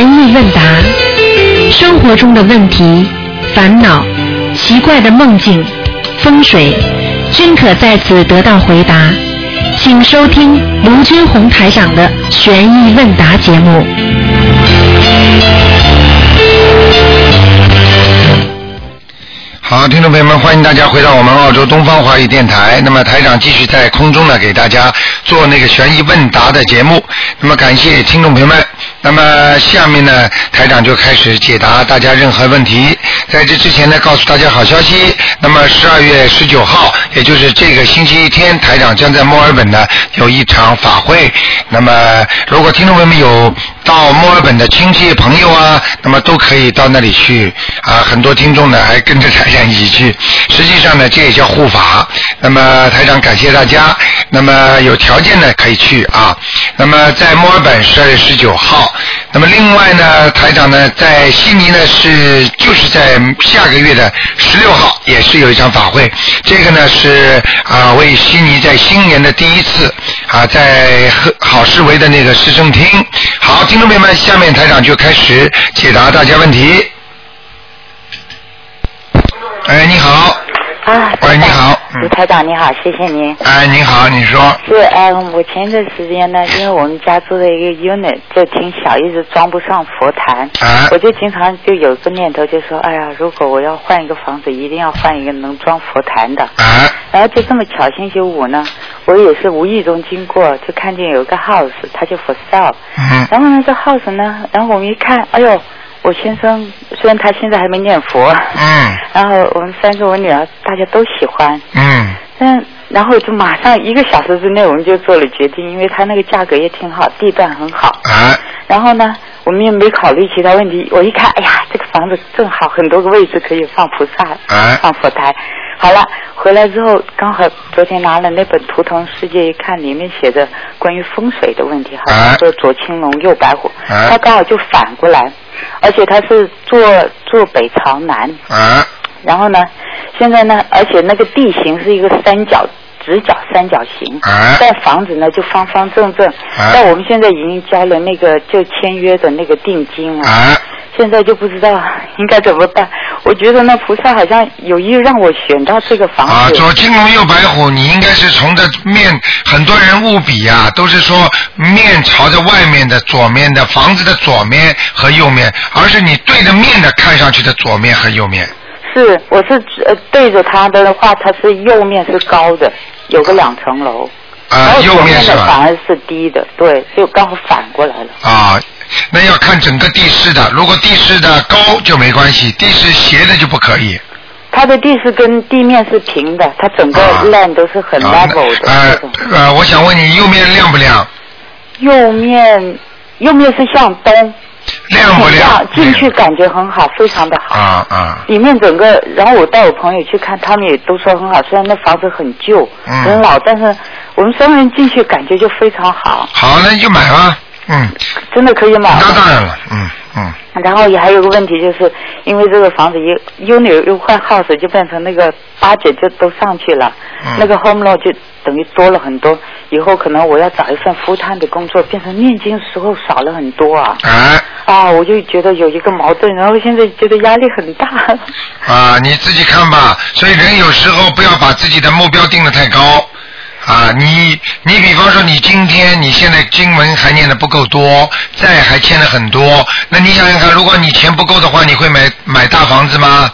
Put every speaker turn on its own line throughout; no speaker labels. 意问答，生活中的问题、烦恼、奇怪的梦境、风水，均可在此得到回答。请收听卢军红台长的《悬疑问答》节目。
好，听众朋友们，欢迎大家回到我们澳洲东方华语电台。那么台长继续在空中呢，给大家做那个悬疑问答的节目。那么感谢听众朋友们。那么下面呢，台长就开始解答大家任何问题。在这之前呢，告诉大家好消息。那么十二月十九号，也就是这个星期天，台长将在墨尔本呢有一场法会。那么如果听众朋友们有到墨尔本的亲戚朋友啊，那么都可以到那里去啊。很多听众呢还跟着台长一起去，实际上呢这也叫护法。那么台长感谢大家，那么有条件呢可以去啊。那么在墨尔本十二月十九号，那么另外呢台长呢在悉尼呢是就是在下个月的十六号也是有一场法会，这个呢是啊为悉尼在新年的第一次啊在好市维的那个市政厅。好，听众朋友们，下面台长就开始解答大家问题。哎，你好。
啊，
喂，你好。嗯
卢台长你好，谢谢您。
哎，你好，你说。
是哎，我前一段时间呢，因为我们家住的一个 unit 就挺小，一直装不上佛坛，
啊
我就经常就有个念头，就说哎呀，如果我要换一个房子，一定要换一个能装佛坛的。
啊
然后就这么巧，星期五呢，我也是无意中经过，就看见有一个 house，它就 for sale。
嗯
然后呢，这 house 呢，然后我们一看，哎呦，我先生虽然他现在还没念佛，
嗯
然后我们三个我女儿大家都喜欢，
嗯
嗯，然后就马上一个小时之内我们就做了决定，因为它那个价格也挺好，地段很好。
啊
然后呢，我们也没考虑其他问题，我一看，哎呀，这个房子正好很多个位置可以放菩萨，
哎
放佛台。好了，回来之后刚好昨天拿了那本《图腾世界》，一看里面写着关于风水的问题，好
哎
像说左青龙右白虎，
哎
它刚好就反过来，而且它是坐坐北朝南，
啊
然后呢，现在呢，而且那个地形是一个三角直角三角形，
啊
但房子呢就方方正正。
啊
但我们现在已经交了那个就签约的那个定金了，
啊！
现在就不知道应该怎么办。我觉得呢，菩萨好像有意让我选到这个房
啊，
子。
左青龙右白虎，你应该是从这面，很多人误比啊，都是说面朝着外面的左面的房子的左面和右面，而是你对着面的看上去的左面和右面。
是，我是呃对着它的话，它是右面是高的，有个两层楼，然
啊，
后
右
哦左
面是
的反
吧？
而是低的，对，就刚好反过来了。
啊，那要看整个地势的，如果地势的高就没关系，地势斜的就不可以。
它的地是跟地面是平的，它整个
啊
land 都是很
啊
level 的
那
那种。
呃呃，我想问你，右面亮不亮？
右面右面是向东，
亮不
很
亮
亮？进去感觉很好，非常的好。
啊啊
里面整个，然后我带我朋友去看，他们也都说很好。虽然那房子很旧、
嗯
很老，但是我们三个人进去感觉就非常好，
好，那你就买吧。嗯，
真的可以买。
那当然了。嗯嗯。
然后也还有个问题，就是因为这个房子一 unit 又换 house，就变成那个八九就都上去了，
嗯
那个 home loan 就等于多了很多。以后可能我要找一份 full time 的工作，变成念经时候少了很多啊
哎
啊！我就觉得有一个矛盾，然后现在觉得压力很大。
啊，你自己看吧。所以人有时候不要把自己的目标定得太高。啊，你你比方说你今天你现在经文还念的不够多，债还欠了很多，那你想想看，如果你钱不够的话，你会买买大房子吗？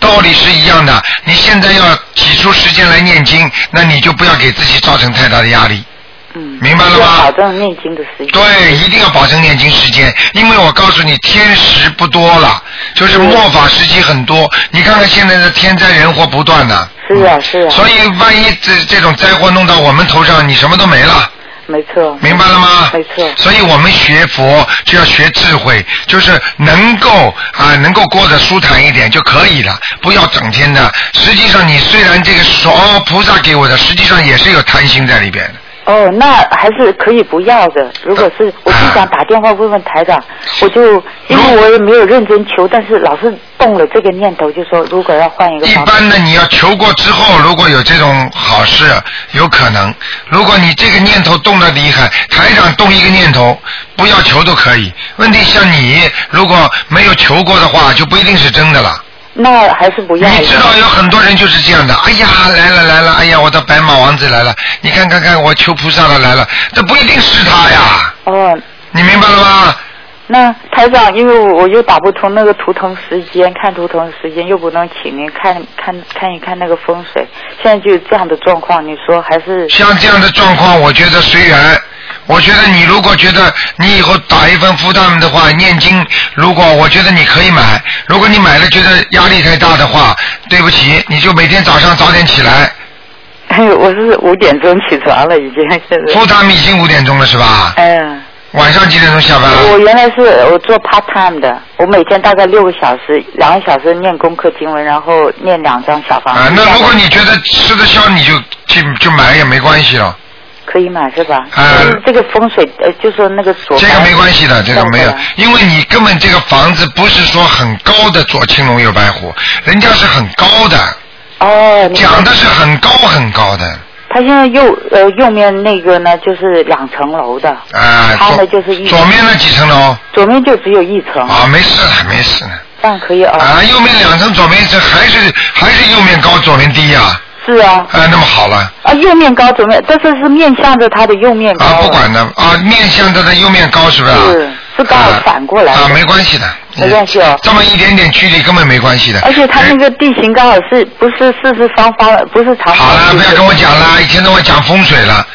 道理是一样的。你现在要挤出时间来念经，那你就不要给自己造成太大的压力。
嗯，
明白了吗
要保证念经的时间。
对，一定要保证念经时间，因为我告诉你，天时不多了，就是末法时期很多。你看看现在的天灾人祸不断呢，
是啊，是啊，
嗯所以万一这这种灾祸弄到我们头上，你什么都没了，
没错，
明白了吗？
没错
所以我们学佛就要学智慧，就是能够啊，能够过得舒坦一点就可以了，不要整天的。实际上，你虽然这个说哦，菩萨给我的，实际上也是有贪心在里边的。
哦，那还是可以不要的。如果
呃
是，我就想打电话问问台
啊
长，我就因为我也没有认真求，但是老是动了这个念头，就说如果要换一个
一
房子，
般的你要求过之后，如果有这种好事，有可能。如果你这个念头动得厉害，台长动一个念头，不要求都可以。问题像你如果没有求过的话，就不一定是真的了。
那还是不要了。
你知道有很多人就是这样的，哎呀来了来了，哎呀我的白马王子来了，你看看看我求菩萨了来了，这不一定是他呀，
哦，
你明白了吗？
那台长，因为我又打不通那个图腾时间，看图腾时间又不能请您看看看一看那个风水，现在就这样的状况，你说还是
像这样的状况，我觉得随缘。我觉得你如果觉得你以后打一份负担的话，念经，如果我觉得你可以买，如果你买了觉得压力太大的话，对不起，你就每天早上早点起来。
哎呦， 我是五点钟起床了，已经现在
负。担已经五点钟了是吧？
嗯，
晚上几点钟下班啊？
我原来是我做 part time 的，我每天大概六个小时，两个小时念功课经文，然后念两张小房子。
啊，那如果你觉得吃得消，你就就就买也没关系了，
可以买是吧？
啊
就是这个风水呃，就说那个左。
这个没关系的，这个没有
对对，
因为你根本这个房子不是说很高的左青龙右白虎，人家是很高的，
哦，你
讲的是很高很高的。
他现在右呃右面那个呢，就是两层楼的，
啊，
它呢
左
就是一
左面那几层楼
左面就只有一层，
啊，没事了，没事了。
这样可以哦。
啊，右面两层，左面一层，还是还是右面高，左面低呀、啊。
是啊，
那么好了，
啊右面高左面，但是是面向着他的右面高。
啊，不管了，啊，面向它的右面高是不是啊？
是是刚好
啊
反过来的
啊，没关系的。
没关系哦
这么一点点距离根本没关系的。
而且他那个地形刚好是不是四四方方，不是长方形。
好了，不要跟我讲了，一天到晚讲风水了，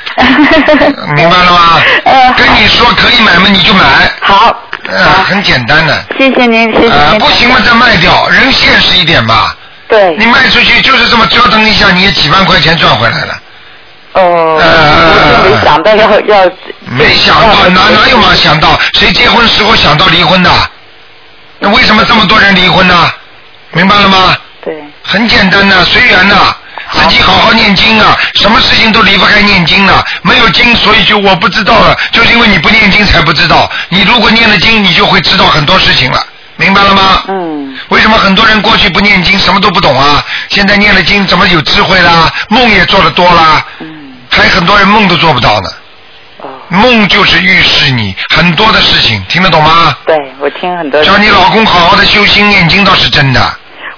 明白了吗？
呃
跟你说可以买嘛，你就买，
好，
呃，很简单的。
谢谢您，谢谢您。
呃，不行嘛，再卖掉，人现实一点吧。
对
你，卖出去就是这么折腾一下，你也几万块钱赚回来了。
哦，
呃
我就没想到要要。
没想到，哪哪有嘛想到？谁结婚时候想到离婚的？那为什么这么多人离婚呢？明白了吗？
对，
很简单呐、随缘呐、自己好好念经啊，什么事情都离不开念经啊。没有经，所以就我不知道了，就是因为你不念经才不知道。你如果念了经，你就会知道很多事情了，明白了吗？
嗯，
为什么很多人过去不念经，什么都不懂啊？现在念了经，怎么有智慧啦？梦也做得多啦？
嗯，
还很多人梦都做不到呢。
哦，
梦就是预示你很多的事情，听得懂吗？
对，我听很多人。
叫你老公好好的修心念经倒是真的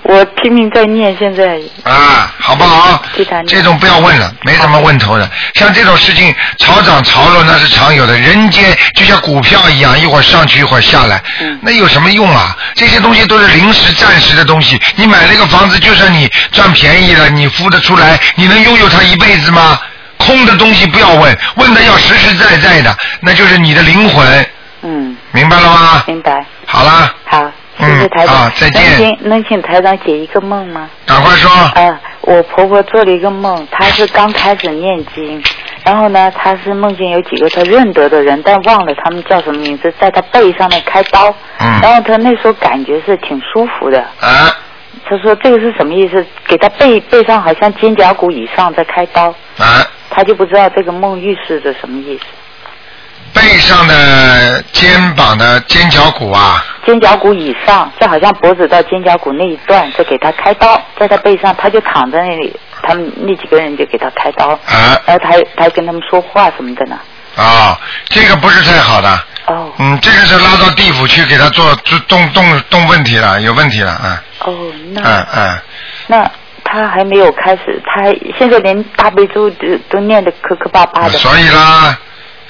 我拼命在念，现在
啊，好不好
知道？你
这种不要问了，没什么问头的。像这种事情，潮涨潮落那是常有的，人间就像股票一样，一会儿上去一会儿下来
嗯，
那有什么用啊？这些东西都是临时暂时的东西。你买了一个房子，就算你占便宜了，你付得出来，你能拥有它一辈子吗？空的东西不要问，问的要实实在在的，那就是你的灵魂。
嗯，
明白了吗？
明白。
好啦，
好，谢
嗯
谢台长。
啊再见
能请能请台长解一个梦吗？
赶快说。
啊，我婆婆做了一个梦，她是刚开始念经，然后呢，她是梦见有几个她认得的人，但忘了他们叫什么名字，在她背上面开刀，
嗯
然后她那时候感觉是挺舒服的，
啊
她说这个是什么意思？给她背背上好像肩胛骨以上在开刀，
啊，
她就不知道这个梦预示着什么意思。
背上的肩膀的肩胛骨啊，
肩胛骨以上，就好像脖子到肩胛骨那一段，就给他开刀，在他背上，他就躺在那里，他们那几个人就给他开刀，
啊
然后他还他还跟他们说话什么的呢。
啊，这个不是太好的。
哦
嗯，这个是拉到地府去给他做做动动动问题了，有问题了啊，
哦，那、
嗯嗯，
那他还没有开始，他还现在连大悲咒都都念得磕磕巴巴的。
所以啦，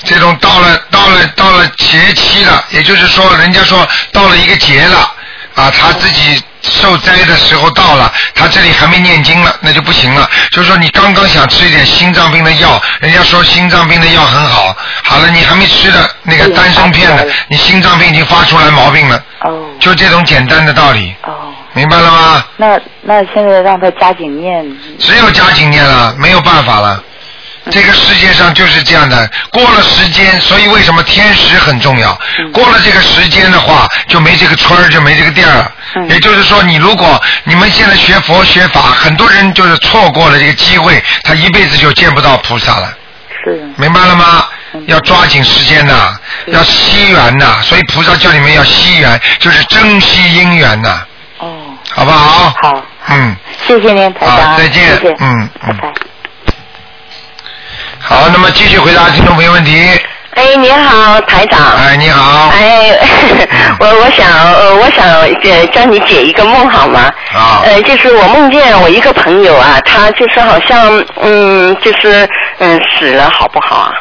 这种到了到了到了节期了，也就是说，人家说到了一个节了啊，他自己受灾的时候到了，他这里还没念经了，那就不行了。就是说，你刚刚想吃一点心脏病的药，人家说心脏病的药很好，好了，你还没吃的那个丹参片呢
对发出来了，
你心脏病已经发出来毛病了，
哦
就这种简单的道理，
哦，
明白了吗？
那那现在让他加紧念。
只有加紧念了，没有办法了。
嗯
这个世界上就是这样的，过了时间，所以为什么天时很重要？
嗯
过了这个时间的话，就没这个村儿，就没这个店儿了。
嗯
也就是说，你如果你们现在学佛学法，很多人就是错过了这个机会，他一辈子就见不到菩萨了。
是
明白了吗
嗯？
要抓紧时间呐、
是
要惜缘呐、所以菩萨教你们要惜缘，就是珍惜姻缘呐、
哦，
好不好？
好，
嗯，
谢谢您，台
好
长，
再见
谢谢，
嗯
拜拜。
好，那么继续回答听众朋友问题。
哎，你好，台长。
哎，你好，
哎， 我我想呃，我想呃教你解一个梦好吗？
好
呃，就是我梦见我一个朋友啊，他就是好像嗯，就是嗯死了，好不好啊？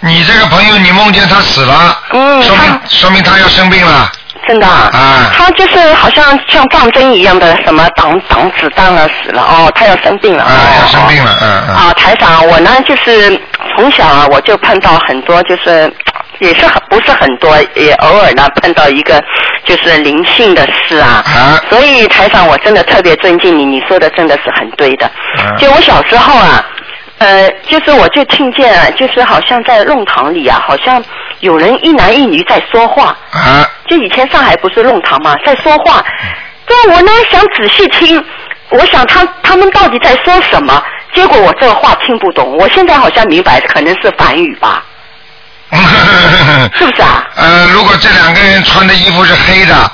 你这个朋友，你梦见他死了，
嗯
说明
他
说明他要生病了。
真的啊？
啊
他就是好像像战争一样的，什么挡挡子弹了，死了哦，他要生病了。
啊
哦
要生病了嗯嗯
啊，台长，我呢就是从小啊，我就碰到很多就是。也是很不是很多，也偶尔呢碰到一个就是灵性的事啊，
啊
所以台长我真的特别尊敬你，你说的真的是很对的。
嗯
就我小时候啊，呃，就是我就听见啊，就是好像在弄堂里啊，好像有人一男一女在说话，
啊，
就以前上海不是弄堂嘛，在说话。对，我呢想仔细听，我想他他们到底在说什么？结果我这个话听不懂，我现在好像明白，可能是梵语吧，是不是啊？
呃，如果这两个人穿的衣服是黑的，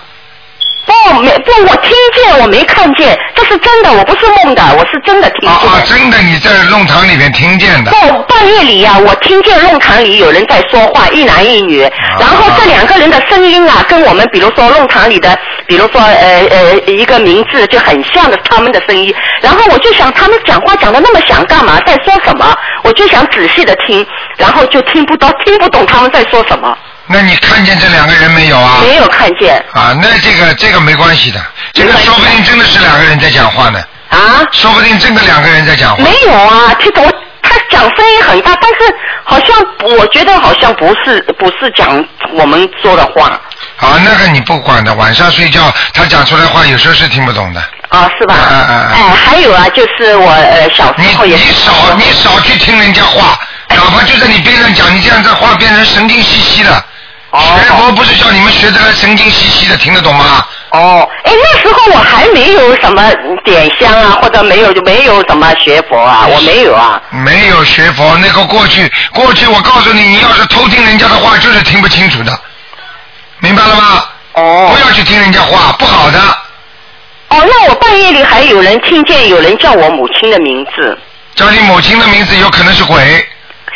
不，没不，我听见，我没看见，这是真的，我不是梦的，我是真的听
啊啊，
见。
真的你在弄堂里面听见的，
在哦半夜里呀、我听见弄堂里有人在说话，一男一女，然后这两个人的声音啊，跟我们比如说弄堂里的，比如说呃呃一个名字就很像的他们的声音，然后我就想他们讲话讲的那么响干嘛，在说什么？我就想仔细的听，然后就听不到，听不懂他们在说什么，
那你看见这两个人没有啊？
没有看见
啊，那这个这个没关系的，这个
没关系
说不定真的是两个人在讲话呢，
啊，
说不定真的两个人在讲话
没。有啊，听懂。他讲声音很大，但是好像我觉得好像不是不是讲我们说的话
啊，那个你不管的，晚上睡觉他讲出来话有时候是听不懂的。
啊，是吧？
啊啊啊
哎，还有啊，就是我呃小
你
时候也
你少你少去听人家话，
哎
哪怕就在你边上讲，你这样这话变成神经兮兮的。学佛
哦
不是叫你们学这个神经兮兮的，听得懂吗？
哦，哎，那时候我还没有什么点香啊，或者没有就没有什么学佛啊，
哎
我没有啊。
没有学佛，那个过去过去，我告诉你，你要是偷听人家的话，就是听不清楚的，明白了吗？
哦
不要去听人家话，不好的。
哦，那我半夜里还有人听见有人叫我母亲的名字，
叫你母亲的名字有可能是鬼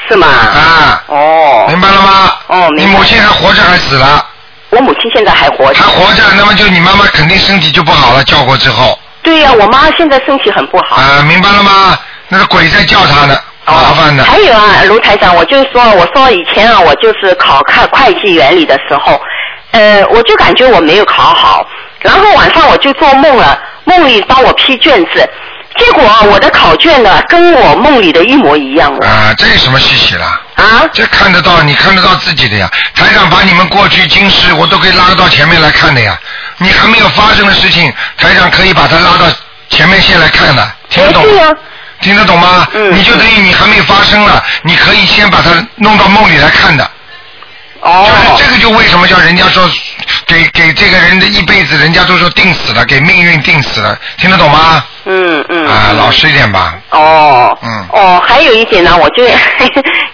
是吗？
啊，
哦，
明白了吗？
哦明
你
白
母亲还活着还死了？
我母亲现在还活着
她。活着，那么就你妈妈肯定身体就不好了，叫过之后
对呀、我妈现在身体很不好。
啊，明白了吗？那个鬼在叫她呢，
哦
麻烦的。
还有啊，卢台长，我就说，我说以前啊，我就是考看会计原理的时候，呃，我就感觉我没有考好，然后晚上我就做梦了，梦里帮我批卷子，结果啊，我的考卷呢跟我梦里的一模一样了
啊，这有什么稀奇了？
啊！
这看得到，你看得到自己的呀。台长把你们过去今世，我都可以拉到前面来看的呀。你还没有发生的事情，台长可以把它拉到前面先来看的，听得
哎
懂
对
吗？
呀、
听得懂吗？
嗯
你就等于你还没发生了，你可以先把它弄到梦里来看的。
哦
就是这个就为什么叫人家说给给这个人的一辈子，人家都说定死了，给命运定死了，听得懂吗？
嗯嗯。
啊，
嗯
老实一点吧。
哦，
嗯
哦，还有一点呢，我就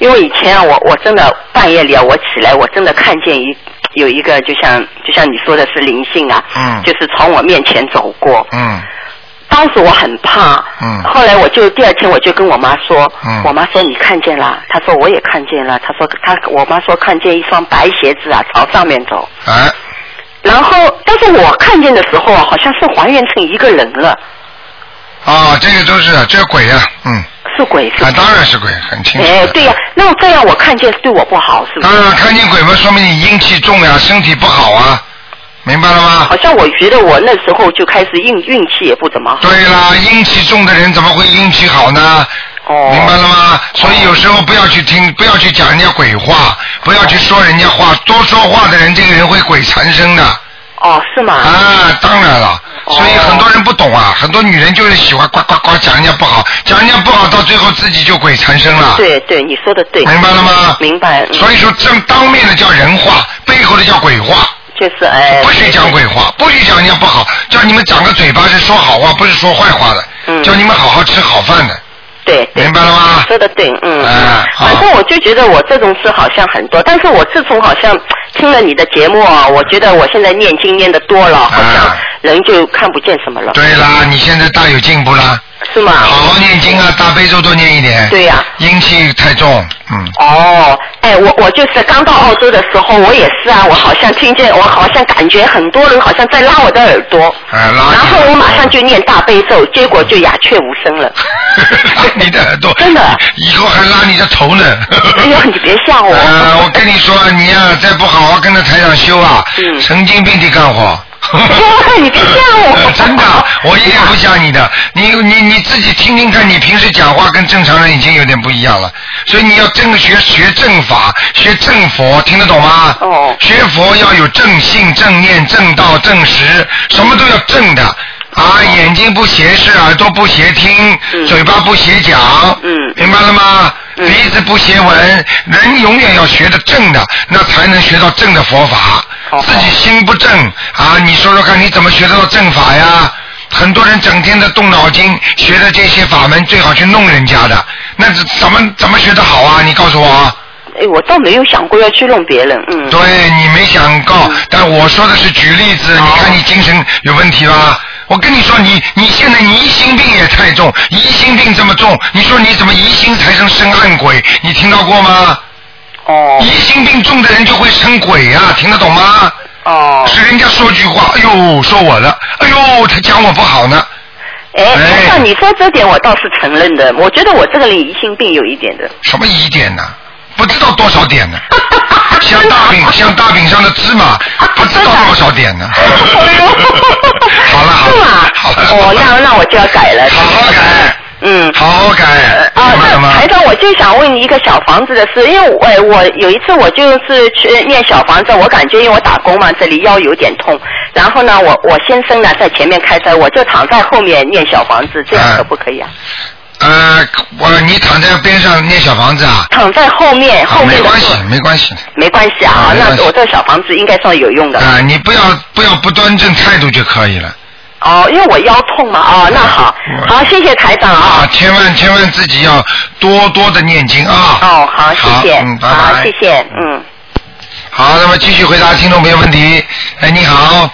因为以前啊，我我真的半夜里啊，我起来，我真的看见一有一个，就像就像你说的是灵性啊，
嗯
就是从我面前走过，
嗯
当时我很怕，
嗯
后来我就第二天我就跟我妈说，
嗯
我妈说你看见了，她说我也看见了，她说她我妈说看见一双白鞋子啊朝上面走，
啊，
然后但是我看见的时候啊，好像是还原成一个人了，
啊，这个都是这个鬼呀、嗯，
是鬼是
啊，
吧？
当然是鬼，很清楚的。
哎，对呀、那这样我看见对我不好，是不
当
是？
然，看见鬼嘛，说明你阴气重呀，身体不好啊，明白了吗
好？像我觉得我那时候就开始运运气也不怎么好。
对啦，阴气重的人怎么会阴气好呢？
哦，
明白了吗？所以有时候不要去听，不要去讲人家鬼话，不要去说人家话，多说话的人，这个人会鬼缠身的
哦，是吗？哦
啊！当然了，所以很多人不懂啊，很多女人就是喜欢呱呱呱讲人家不好，讲人家不好，到最后自己就鬼缠身了，
对对，你说的对。
明白了吗？
明白。嗯
所以说，正当面的叫人话，背后的叫鬼话。
就是哎。
不许讲鬼话，不许讲人家不好，叫你们长个嘴巴是说好话，不是说坏话的，
嗯
叫你们好好吃好饭的，
对，对
明白了吗？
说的对，嗯，
哎好
反正我就觉得我这种事好像很多，但是我自从好像听了你的节目啊，我觉得我现在念经念的多了，好像人就看不见什么了，
哎对啦，你现在大有进步啦，
是吗？
好好念经啊，大悲咒多念一点。
对呀、
阴气太重，嗯，
哦，哎，我我就是刚到澳洲的时候，我也是啊，我好像听见，我好像感觉很多人好像在拉我的耳朵，
哎，拉
然
你
后我马上就念大悲咒，结果就鸦雀无声了。
拉你的耳朵，
真的
以后还拉你的头呢。
哎呦，你别吓我！
呃，我跟你说，你呀、再不好好跟着台长修啊，
嗯
神经病的干活。
你别吓我
呃真的，我一点不吓你的。你你你自己听听看，你平时讲话跟正常人已经有点不一样了，所以你要正学学正法，学正佛，听得懂吗？
哦
学佛要有正信、正念、正道、正实，什么都要正的。啊，眼睛不斜视，耳朵不斜听，
哦嗯
嘴巴不斜讲，
嗯
明白了吗？
嗯
鼻子不斜闻，人永远要学的正的，那才能学到正的佛法。
哦
自己心不正啊，你说说看，你怎么学得到正法呀？很多人整天的动脑筋，学的这些法门，最好去弄人家的，那怎怎么怎么学得好啊？你告诉我啊。
哎，我倒没有想过要去弄别人，嗯，
对你没想到，但我说的是举例
哦
子，你看你精神有问题吧？我跟你说，你你现在你疑心病也太重，疑心病这么重，你说你怎么疑心才能生暗鬼？你听到过吗？
哦
疑心病重的人就会生鬼啊，听得懂吗？
哦，
是人家说句话，哎呦，说我了，哎呦，他讲我不好呢。
哎，
哎
台长，你说这点我倒是承认的，我觉得我这个人疑心病有一点的，
什么疑点呢、不知道多少 点呢、像大饼，像大饼上的芝麻，不知道多少点呢、
哎呦
好了好
是
了
吗，？
好了，
哦，那那我就要改了，
好好改，
嗯。
好好改，
啊，
明白了
那
吗？
台长，我就想问一个小房子的事，因为我、呃我有一次我就是去念小房子，我感觉因为我打工嘛，这里腰有点痛，然后呢，我我先生呢在前面开车，我就躺在后面念小房子，这
哎
样可不可以啊？
呃，我你躺在边上念小房子啊？
躺在后
啊
面，哎后面
没
的
关
座
系，没关系的。
没关系
啊
啊，
没关系
那我这小房子应该算有用的。
啊、你不要不要不端正态度就可以了
哦，因为我腰痛嘛，哦，那好，
我
好，谢谢台长
啊
啊！。
千万千万自己要多多的念经啊。
哦，好，谢谢，
嗯，拜
好，
拜。
谢谢，嗯。
好，那么继续回答听众朋友问题。哎，你好，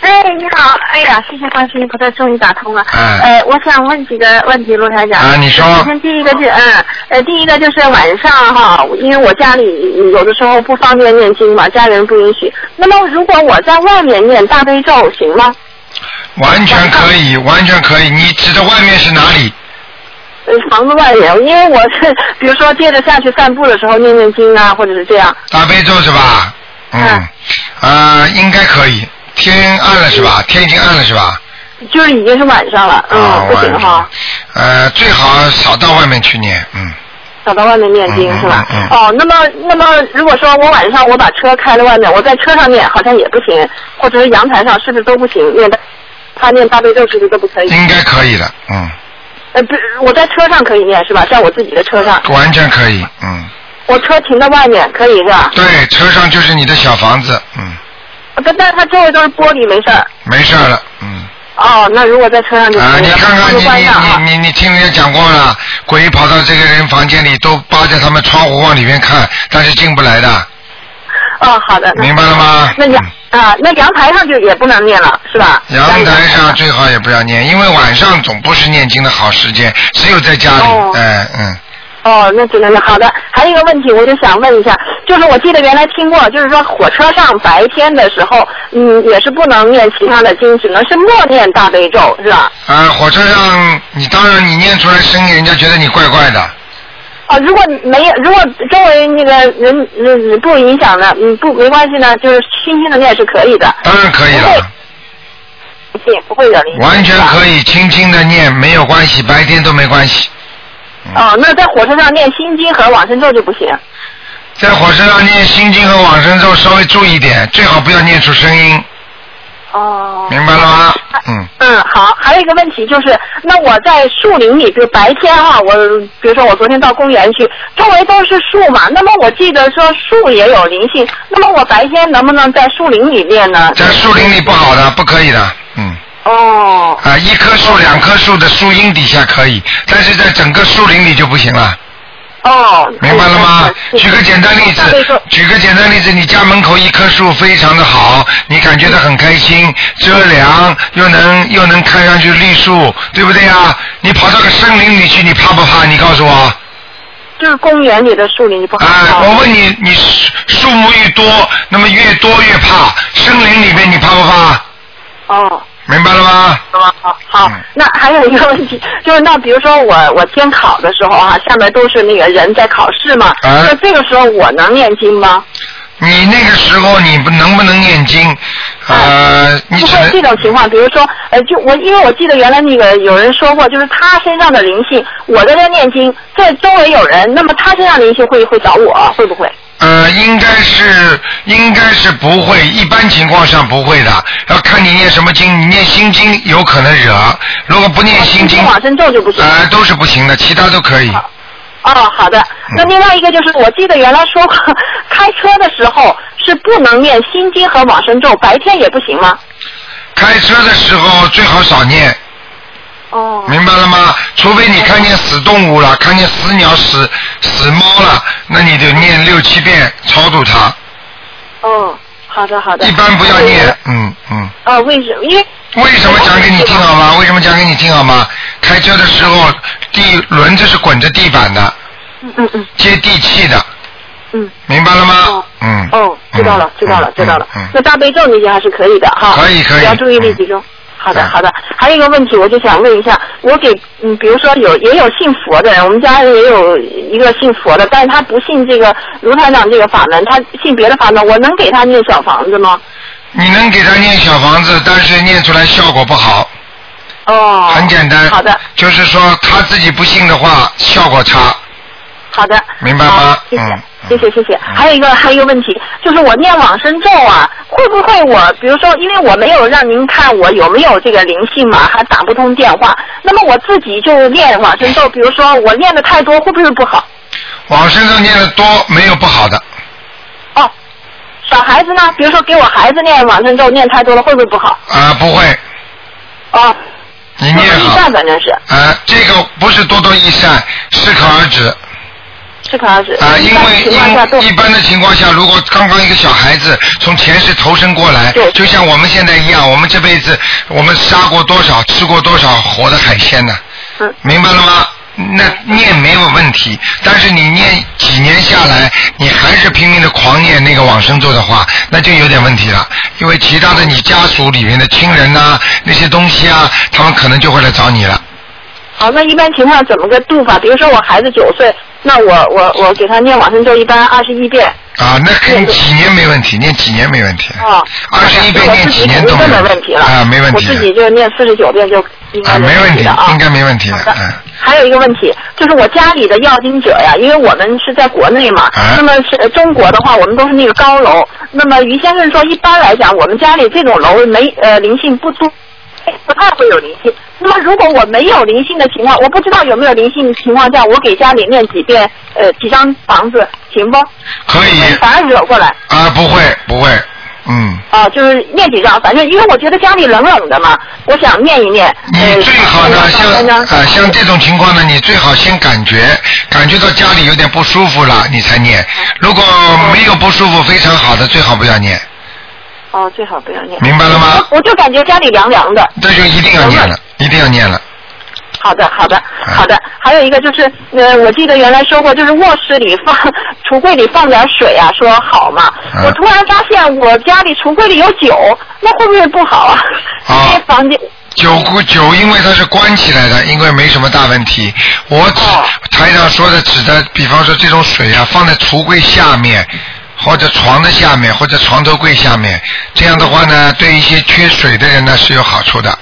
哎，你好，哎呀，谢谢关心，菩萨终于打通了。
哎
呃，我想问几个问题，卢台长。
啊你说
首先第一个就嗯，呃，第一个就是晚上哈，因为我家里有的时候不方便念经嘛，家人不允许。那么如果我在外面念大悲咒行吗？
完全可以，完全可以。你指的外面是哪里？
呃，房子外面，因为我是比如说接着下去散步的时候念念经啊，或者是这样。
大悲咒是吧？嗯，啊
嗯、
应该可以。天暗了是吧？天已经暗了是吧？
就是已经是晚上了，嗯，
啊，
不
晚上
行哈，。
呃，最好少到外面去念，嗯，
找到外面念经、
嗯
是吧？
嗯嗯
哦，那么那么如果说我晚上我把车开到外面，我在车上念好像也不行，或者是阳台上是不是都不行？念的他念大悲咒是不是都不可以？
应该可以的，嗯，
呃，不，我在车上可以念是吧？在我自己的车上，
完全可以，嗯，
我车停到外面可以是吧？
对，车上就是你的小房子，嗯，
但但它周围都是玻璃，没事儿。
没事儿了，嗯，
哦，那如果在车上就
啊，
可以
你
了，
看看
就
你
关上啊。
你你你你听人家讲过了，鬼跑到这个人房间里都扒着他们窗户往里面看，但是进不来的，
哦，好的。那
明白了吗？嗯
那阳啊，那阳台上就也不能念了是吧？
阳台上最好也不要念，因为晚上总不是念经的好时间，只有在家里，
哦
哎嗯，
哦，那只能是好的。还有一个问题，我就想问一下，就是我记得原来听过，就是说火车上白天的时候，嗯，也是不能念其他的经，只能是默念大悲咒，是吧？
啊，火车上你当然你念出来声音，人家觉得你怪怪的，
哦，如果没有，如果周围那个人人不影响呢，嗯，不没关系呢，就是轻轻的念是可以的，
当然可以了。
也不会惹人。
完全可以轻轻的念，没有关系，白天都没关系。
哦，那在火车上念心经和往生咒就不行。
在火车上念心经和往生咒稍微注意点，最好不要念出声音，
哦。
明白了吗？嗯，
嗯，好，还有一个问题就是，那我在树林里，比如白天哈、我比如说我昨天到公园去，周围都是树嘛，那么我记得说树也有灵性，那么我白天能不能在树林里面呢？
在树林里不好的，不可以的。嗯，
哦，哦，
啊，一棵树、两棵树的树荫底下可以，但是在整个树林里就不行了，
哦，
明白了吗？
嗯
举个简单例
大悲咒
子，举个简单例子，你家门口一棵树非常的好，你感觉到很开心，遮凉又能又能看上去绿树，对不对啊？你跑到个森林里去，你怕不怕？你告诉我。
就是公园里的树林，你不好
哎，
好
我问你，你树树木越多，那么越多越怕，森林里面你怕不怕？
哦。
明白了吗？
好，好
嗯，
那还有一个问题，就是那比如说我我监考的时候啊，下面都是那个人在考试嘛，
哎
那这个时候我能念经吗？
你那个时候你不能不能念经？呃，你
就
只
会这
能
种情况，比如说，呃，就我因为我记得原来那个有人说过，就是他身上的灵性，我在这念经，这周围有人，那么他身上灵性会会找我，会不会？
呃，应该是应该是不会，一般情况上不会的。要看你念什么经，你念心经有可能惹，如果不念心经，
哦往生咒就不行。
呃，都是不行的，其他都可以。
哦，好的。
嗯
那另外一个就是，我记得原来说过， 开车的时候是不能念心经和往生咒，白天也不行吗？
开车的时候最好少念，
哦
明白了吗？除非你看见死动物了，看见死鸟、死死猫了，那你就念六七遍超度它，
哦，好的好的。
一般不要念。嗯嗯。
哦，为什么？因为
为什么讲给你听好吗？为什么讲给你听好吗？开车的时候，地轮子是滚着地板的，
嗯嗯嗯
接地气的，
嗯。
明白了吗
哦？
嗯。
哦，知道了
嗯，
知道了
嗯，
知道了
嗯。
那大悲咒那些还是可以的哈，
可以可以
只要注意力
嗯
集中。好的
嗯
好的，还有一个问题，我就想问一下，我给嗯，比如说有也有信佛的人，我们家也有一个信佛的，但是他不信这个卢台长这个法门，他信别的法门，我能给他念小房子吗？
你能给他念小房子，但是念出来效果不好，
哦，
很简单。
好的
就是说他自己不信的话，效果差。
好的，
明白吗
好谢谢
嗯，
谢谢，谢谢。
嗯
还有一个，还有一个问题，就是我念往生咒啊，会不会我，比如说，因为我没有让您看我有没有这个灵性嘛，还打不通电话，那么我自己就念往生咒，比如说我念的太多，会不会不好？
往身上念的多没有不好的，
哦，小孩子呢，比如说给我孩子念往生咒念太多了，会不会不好？
啊、不会，
哦，
你念
那
好
么一。善反正是
啊，这个不是多多益善，适可而止。
适可而止。
啊，因为
一般嗯情况下都
因一般的情况下，如果刚刚一个小孩子从前世投生过来
对，
就像我们现在一样，我们这辈子我们杀过多少、吃过多少活的海鲜呢？
嗯
明白了吗？那念没有问题，但是你念几年下来，你还是拼命的狂念那个往生咒的话，那就有点问题了。因为其他的你家属里面的亲人呐、那些东西啊，他们可能就会来找你了。
好，那一般情况下怎么个度法？比如说我孩子九岁，那我我我给他念往生咒一般二十一遍。
啊，那肯定几年没问题，念几年没问题。
哦，
二十一遍
我
念
自
几
己
年
肯
都
定
没
都
有
没问题了
啊，没问题
我自己
的
就念四十九遍就应该
啊，没问题
的啊，，
应该没问题的
好的
嗯。
还有一个问题，就是我家里的要经者呀，因为我们是在国内嘛，
啊
那么是呃中国的话，我们都是那个高楼。那么于先生说，一般来讲，我们家里这种楼没呃灵性不多，不太会有灵性。那么如果我没有灵性的情况，我不知道有没有灵性的情况下，我给家里念几遍呃几张房子行不？
可以
反而惹过来。
啊，不会不会，嗯，
啊，就是念几张，反正因为我觉得家里冷冷的嘛，我想念一念。呃
你最好呢，像啊像这种情况呢，你最好先感觉感觉到家里有点不舒服了，你才念。如果没有不舒服，非常好的，最好不要念，
哦，最好不要念。
明白了吗？
我就感觉家里凉凉的。
这啊就一定要念了，一定要念了。
好的，好的，
嗯
好的。还有一个就是，呃，我记得原来说过，就是卧室里放橱柜里放点水啊，说好嘛。
嗯
我突然发现我家里橱柜里有酒，那会不会不好啊？
啊
因为房间
九姑九，因为它是关起来的，因为没什么大问题。我指、
哦
台上说的指的，比方说这种水啊，放在橱柜下面，或者床的下面，或者床头柜下面，这样的话呢，对一些缺水的人呢是有好处的，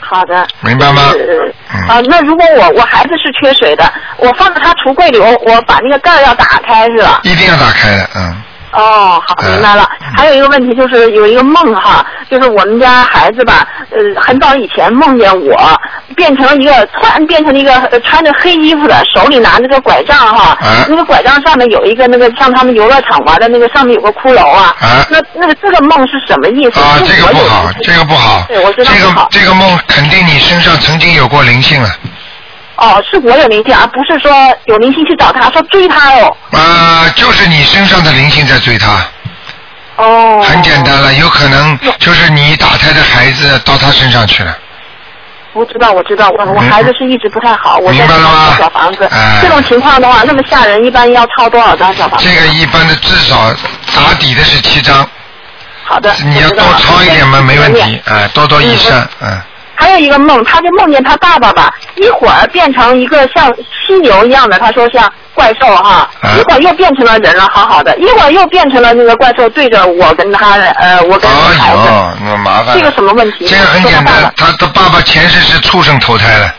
好的。
明白吗？
是
嗯
啊，那如果我我孩子是缺水的，我放在他橱柜里，我我把那个盖儿要打开是吧？
一定要打开的，嗯。
哦，好，
嗯
明白了。还有一个问题就是有一个梦哈，就是我们家孩子吧，呃，很早以前梦见我变成一个突然变成了一个呃穿着黑衣服的，手里拿着个拐杖哈，
嗯
那个拐杖上面有一个那个像他们游乐场玩的那个上面有个骷髅啊，
嗯
那那个这个梦是什么意思？
啊，
是
这个
嗯我
不
有
好，这个不好，
对我知道
这
不
个
好
这个梦肯定你身上曾经有过灵性了。
哦，是我有灵性，而不是说有灵性去找他说追他哦。
啊，就是你身上的灵性在追他，
哦，
很简单了，有可能就是你打胎的孩子到他身上去了。
我知道，我知道，我我
明
孩子是一直不太好，我
嗯明
在
白了吗
烧小房子
哎。
这种情况的话，那么吓人，一般要抄多少张小房子？
这个一般的至少打底的是七张，
好的，
你要
我知道
多
了
抄一点嘛，没问。
我先
题啊，多多益善，嗯，
还有一个梦，他就梦见他爸爸吧，一会儿变成一个像犀牛一样的，他说像怪兽哈，
啊
一会儿又变成了人了，好好的，一会儿又变成了那个怪兽对着我跟他呃，我跟他
哎
孩子，
呦，那麻烦了。
这个什么问题？
这个很
说他
简
爸
单
爸，，
他的爸爸前世是畜生投胎的，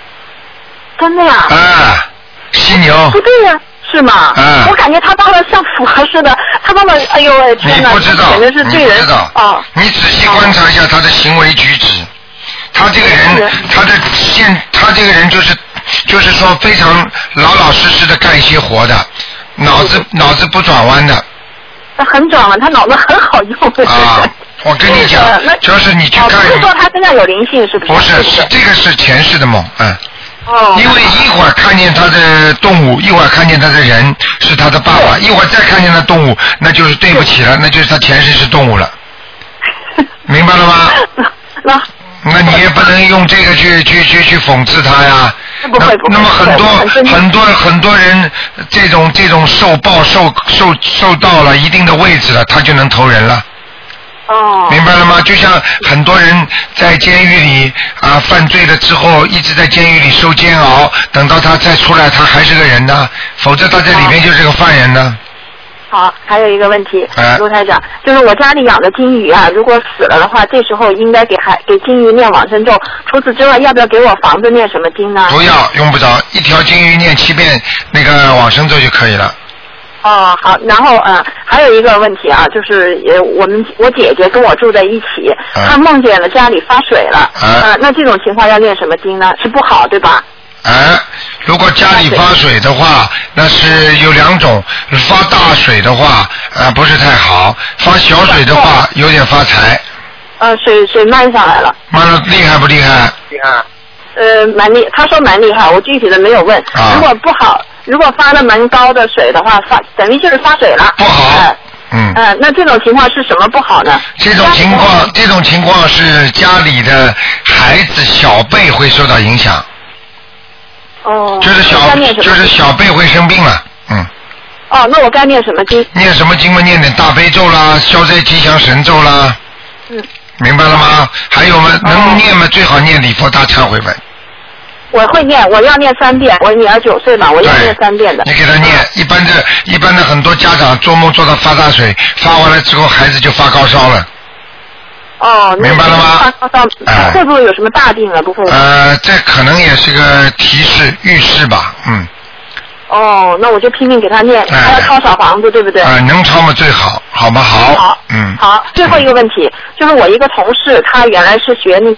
真的呀？
啊，犀牛。
不对呀、是吗？
嗯
我感觉他爸爸像符合似的，他爸爸，哎呦
你
喂，天哪，
不知道，
简直是
你
对
不
人
知道
哦，
你仔细观察一下他的行为举止，他这个人
是，
他的现，他这个人就是，就是说非常老老实实的干一些活的，脑子
嗯
脑子不转弯的
他很转了，他脑子很好用。！
啊 我跟你讲
呃那，
就是你去
哦，
看
不，是说他身上有灵性，是不是？
不是是这个是前世的梦，嗯，
哦，
因为一会儿看见他的动物，一会儿看见他的人是他的爸爸，一会儿再看见他动物，那就是对不起了，那就是他前世是动物 了，明白了吗？
那
那你也不能用这个去去去去讽刺他呀。
不会不会
那那么很多
不会很尊重
很多很多人，这种这种受报受受受到了一定的位置了，他就能投人了，
哦，
明白了吗？就像很多人在监狱里啊犯罪了之后，一直在监狱里受煎熬，等到他再出来，他还是个人呢，否则他在里面就是个犯人呢。
好，还有一个问题
哎，
卢台长，就是我家里养的金鱼啊，如果死了的话，这时候应该给孩给金鱼念往生咒。除此之外，要不要给我房子念什么经呢？
不要用不着，一条金鱼念七遍那个往生咒就可以了。
哦，好，然后呃，还有一个问题啊，就是呃，我们我姐姐跟我住在一起，
啊
她梦见了家里发水了，
啊
呃，那这种情况要念什么经呢？是不好对吧？
哎，如果家里发水的话，那是有两种，发大水的话，呃，不是太好；发小水的话，有点发财。
呃，水水漫上来了，
妈的，厉害不厉害？啊
呃，蛮厉，她说蛮厉害，我具体的没有问。
啊
如果不好，如果发了蛮高的水的话，发等于就是发水了。
不好
呃。
嗯，
呃，那这种情况是什么不好呢？
这种情况，这种情况是家里的孩子小辈会受到影响，
哦，
就是小
那该念什么
就是小辈会生病了。嗯，
哦，那我该念什么经？
念什么经嘛？念点大悲咒啦，消灾吉祥神咒啦。
嗯。哦
明白了吗？还有嘛，能念嘛，最好念礼佛大忏悔文。
我会念，我要念三遍。我女儿九岁嘛，我要念三遍的。
你给他
哦
念，一般的，一般的很多家长做梦做到发大水，发完了之后孩子就发高烧了。
哦，那
明白了吗
到到
哎
会不会有什么大病啊？不会。
呃，这可能也是个提示预示吧，嗯，
哦，那我就拼命给他念，
哎
还要抄小房子，对不对？
呃，能超嘛最好，好吗？好，
好，
嗯，
好。最后一个问题就是我一个同事，他原来是学那。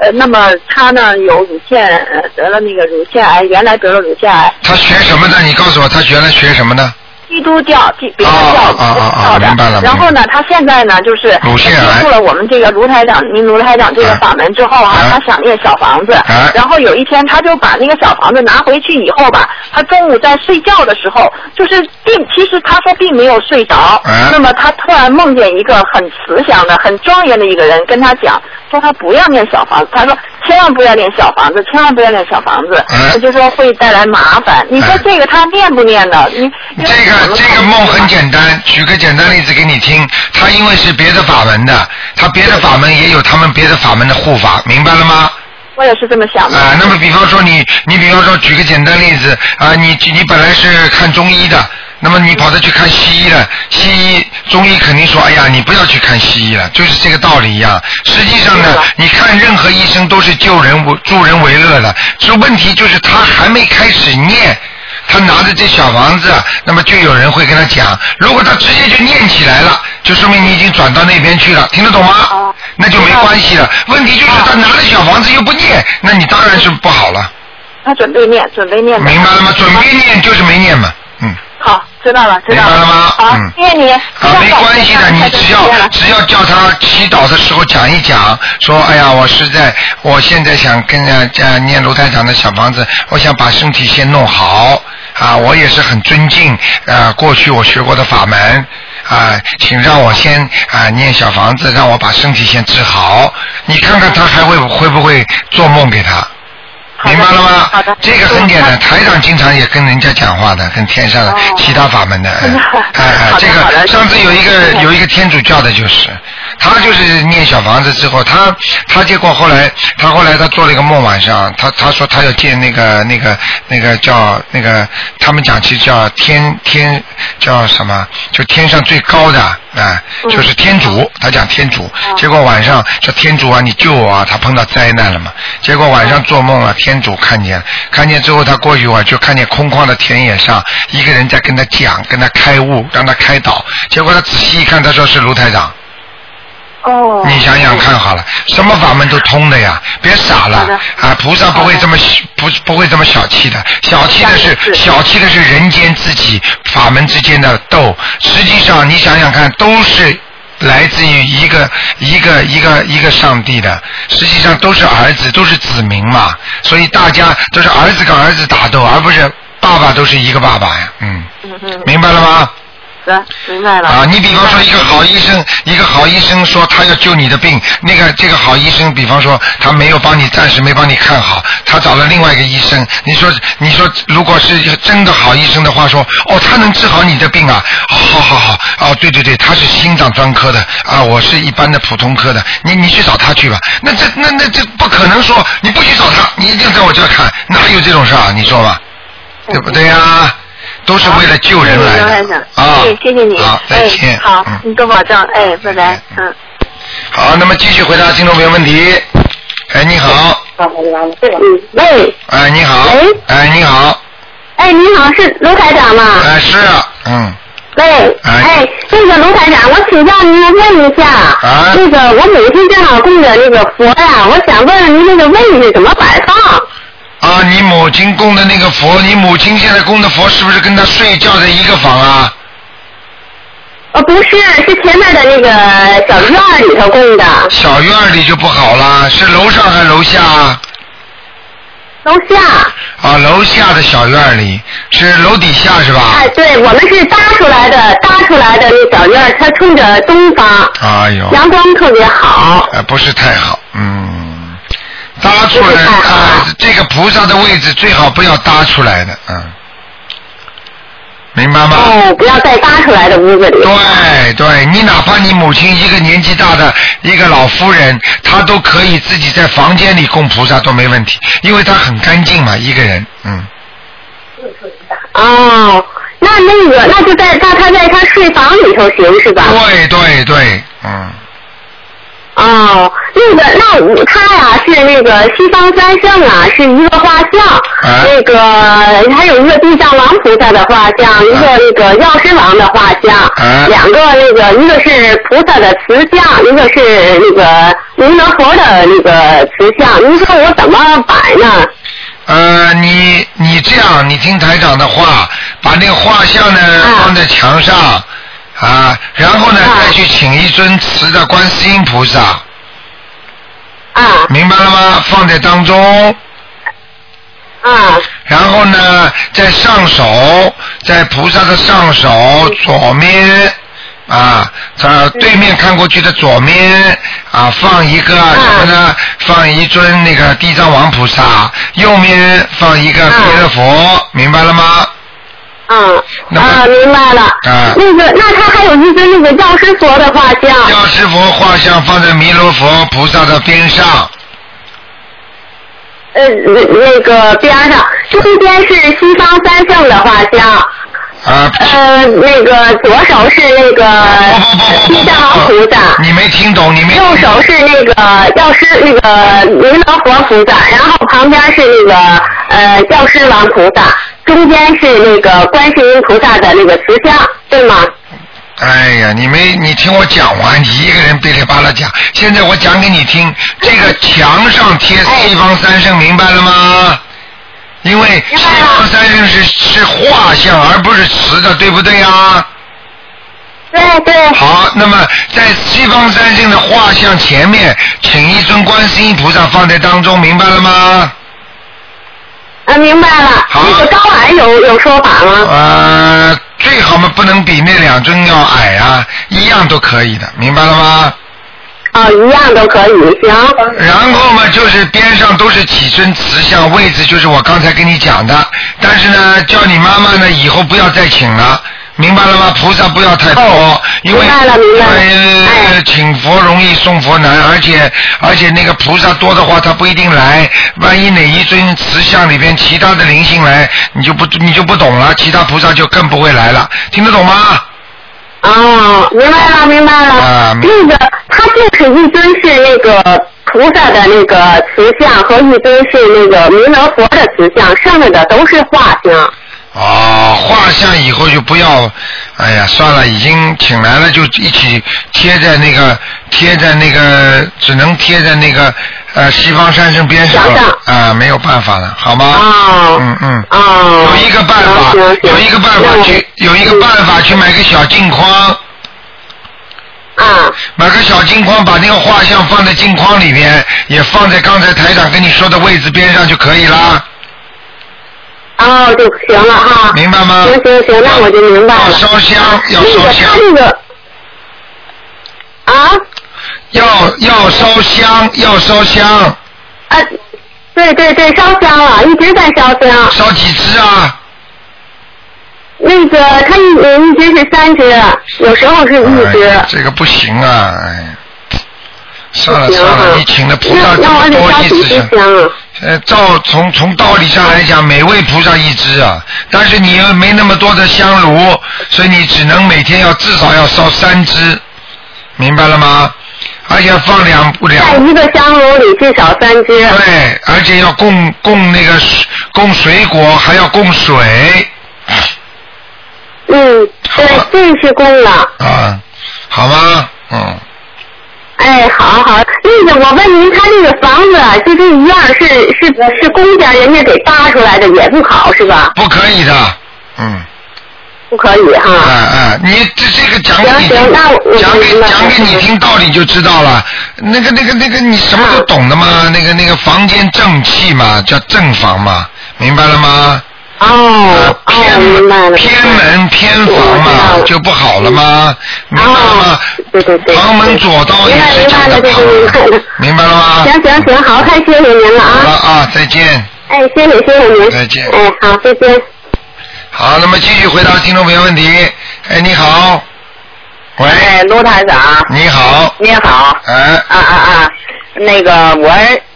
呃，那么他呢有乳腺呃得了那个乳腺癌，原来得了乳腺癌，
他学什么的？你告诉我，他原来学什么的？
基督教、基别的
哦
教
哦哦哦
教的
明白了
然后呢，他现在呢就是
乳腺癌
接触了我们这个卢台长、您卢台长这个
啊
法门之后啊，
啊
他想念小房子
啊。
然后有一天，他就把那个小房子拿回去以后吧，他中午在睡觉的时候，就是并其实他说并没有睡着
啊。
那么他突然梦见一个很慈祥的、很庄严的一个人跟他讲，说他不要念小房子，他说千万不要念小房子，千万不要念小房子
啊，
他就说会带来麻烦。你说
啊
这个他念不念呢？你因为
这个
我们
这个梦很简单，举个简单例子给你听。他因为是别的法门的，他别的法门也有他们别的法门的护法，明白了吗？
我也是这么想的。
啊、那么比方说你，你比方说举个简单例子啊、你你本来是看中医的，那么你跑着去看西医了，西医中医肯定说，哎呀，你不要去看西医了，就是这个道理一样。实际上呢
是的，
你看任何医生都是救人为助人为乐的，这问题就是他还没开始念。他拿着这小房子，啊那么就有人会跟他讲。如果他直接就念起来了，就说明你已经转到那边去了，听得懂吗
哦？
那就没关系了。问题就是他拿着小房子又不念，那你当然是不好了，
他准备念，准备念。
明白了吗？准备念就是没念嘛，嗯。
好，知道了，知道了。
明白了吗
好
嗯，
谢谢你。
啊，没关系的，你只
太多时间
要
了
只要叫他祈祷的时候讲一讲，说哎呀，我实在我现在想跟人家呃念卢台长的小房子，我想把身体先弄好啊，我也是很尊敬啊，过去我学过的法门。啊，请让我先啊念小房子，让我把身体先治好。你看看他还会会不会做梦给他？
好的
明白了吗？
好的
这个很简
嗯
单。台长经常也跟人家讲话的，跟天上的、
哦
其他法门的，哎
真的
哎哎，
好的
这
好
个
的
上次有一个
谢谢
有一个天主教的，就是他就是念小房子之后，他他结果后来他后来他做了一个梦，晚上他他说他要见那个那个那个叫那个他们讲其实叫天天叫什么，就天上最高的啊、哎
嗯
就是天主，他讲天主，
哦
结果晚上这天主啊，你救我啊，他碰到灾难了嘛，结果晚上做梦了，天主看见了，看见之后他过去啊，就看见空旷的田野上一个人在跟他讲，跟他开悟，让他开导，结果他仔细一看，他说是卢台长，
哦。
你想想看好了，什么法门都通的呀，别傻了
好的
啊！菩萨不会这么不不会这么小气的，小气的是
是
小气的是人间自己法门之间的斗。实际上你想想看，都是来自于一个一个一个一个上帝的，实际上都是儿子，都是子民嘛，所以大家都是儿子跟儿子打斗，而不是爸爸都是一个爸爸呀，嗯，
嗯嗯，
明白了吗？
是明白了。
啊，你比方说一个好医生，一个好医生说他要救你的病，那个这个好医生，比方说他没有帮你，暂时没帮你看好，他找了另外一个医生，你说你说如果是真的好医生的话，说哦他能治好你的病啊，哦好好好，哦对对对，他是心脏专科的啊，我是一般的普通科的，你你去找他去吧，那这那那这不可能说你不去找他，你一定在我这看，哪有这种事啊？你说吧，对不对呀、都是为了救人来
好谢谢
的啊！
你刘台长谢谢你。
好，再见。
哎、好
嗯，
你多保重，哎，拜
再
拜，
见
嗯。
好，那么继续回答听众朋友问题。哎，你好，
嗯，喂，
哎，你好
喂，
哎，你好，
哎，你好，是卢台长吗？
哎，是啊，嗯，
喂，
哎
哎，那个卢台长，我请教您问一下，
啊
那个我每天正好供着那个佛呀、我想问问您那个位置怎么摆放？
啊，你母亲供的那个佛，你母亲现在供的佛是不是跟她睡觉在一个房啊？
呃，不是，是前面的那个小院儿里头供的，
小院儿里就不好啦，是楼上还是楼下啊？
楼下。
啊，楼下的小院儿里是楼底下是吧？
哎，对，我们是搭出来的，搭出来的那小院儿，它冲着东方，
哎呦，
啊阳光特别好。
呃，不是太好，嗯，搭出
不
来
是太好
啊、这个菩萨的位置最好不要搭出来的，嗯，明白吗？
哦，不要在搭出来的屋子里。
对对，你哪怕你母亲一个年纪大的一个老夫人，她都可以自己在房间里供菩萨都没问题，因为她很干净嘛，一个人，嗯，
哦，那那个，那就在那他在他睡房里头行是吧？
对对对，嗯，
哦，那个那我他呀是那个西方三圣啊，是一个画像，
哎
那个还有一个地藏王菩萨的画像，一个那个药师王的画像，
哎
两个那个一个是菩萨的慈像，一个是那个弥勒佛的那个慈像，您说我怎么摆呢？
呃，你你这样，你听台长的话，把那个画像呢
啊
放在墙上啊，然后呢
啊
再去请一尊瓷的观世音菩萨，
啊
明白了吗？放在当中。
啊
然后呢，在上手，在菩萨的上手左面啊，它对面看过去的左面啊，放一个什么呢？放一尊那个地藏王菩萨，右面放一个
啊
弥勒佛，明白了吗？
嗯
那么
啊，明白了。
啊
那个，那他还有一尊那个药师佛的画像。
药师佛画像放在弥勒佛菩萨的边上，
呃，那那个边儿上，中间是西方三圣的画像，
啊，
呃，那个左手是那个
不不不不
西藏王菩萨，
你没听懂，你没
右手是那个药师那呃个弥勒佛菩萨，然后旁边是那个呃药师王菩萨。中间是那个观世音菩萨的那个瓷像，对吗？
哎呀，你没你听我讲完，你一个人噼里啪啦讲。现在我讲给你听，这个墙上 贴
哎
西方三圣，明白了吗？因为西方三圣是是画像，而不是瓷的，对不对啊？
对对。
好，那么在西方三圣的画像前面，请一尊观世音菩萨放在当中，明白了吗？
啊，明白了。
好
那个高矮有有说法吗？
呃，最好嘛不能比那两尊要矮啊，一样都可以的，明白了吗？
哦，一样都可以，行。
然后嘛，就是边上都是几尊瓷像，位置就是我刚才跟你讲的。但是呢，叫你妈妈呢，以后不要再请了，明白了吗？菩萨不要太多，
哦
因为
明白了明白了
因为
哎
请佛容易送佛难，而且而且那个菩萨多的话，他不一定来。万一哪一尊慈像里边其他的灵性来，你就不你就不懂了，其他菩萨就更不会来了，听得懂吗？
哦，明白了，明白了。
啊明
那个，它就是一尊是那个菩萨的那个瓷像，和一尊是那个弥勒佛的瓷像，剩下的都是画像。
哦，画像以后就不要，哎呀，算了，已经请来了就一起贴在那个贴在那个，只能贴在那个呃西方山圣边上了
墙上
啊、没有办法了，好吗？
哦
嗯嗯。
哦。
有一个办法，
行嗯行
有一个办法去，有一个办法去买个小镜框，
那我啊，
买个小镜框，把那个画像放在镜框里边，也放在刚才台长跟你说的位置边上就可以啦，
哦就行了哈。
明白吗？
行行行，那我就明白了。
要烧香，要
那
烧
个
香
他。那个啊
要要烧香，要烧香，
啊，对对对，烧香了，一直在烧香。
烧几支啊？
那个他一一直是三只，有时候是一只。
哎这个不行啊！哎，算了
不行
算
啊
了，你请的菩萨
那
这
那
么
我得
多，
烧
一
几
支
支
香。
香啊？
呃，照从从道理上来讲，每位菩萨一支啊，但是你又没那么多的香炉，所以你只能每天要至少要烧三支，明白了吗？而且放两
在
两
一个香炉里至少三只。
对，而且要供供那个水供水果，还要供水
嗯，
好
对，这是供了。
啊，好吗？嗯。
哎，好好，那个我问您，他这个房子啊就这一样是是是公家人家给搭出来的，也不好是吧？
不可以的，
啊
嗯，
不可以哈。
哎哎，你这这个讲给你
行行那我
听，讲给
明白
讲给你听道理就知道了。那个那个那个，你什么都懂的嘛？那个那个房间正气嘛，叫正房嘛，明白了吗？
哦
啊，
哦，明白
偏
了。
偏门偏房嘛
我知道，了
就不好了吗？明白了吗
哦？，对对对。
旁门左道也
明白
是
明白
讲
了，
的
这
旁
是明白了。
明白了吗？
行行行，好，太谢谢您了
好了
啊！
啊，再见。
哎，谢谢谢谢您。
再见
哎，好，再见。
好，那么继续回答听众朋友问题。哎，你好，喂，
哎，卢台长，
你好，
你好，
哎。
啊啊啊，那个我，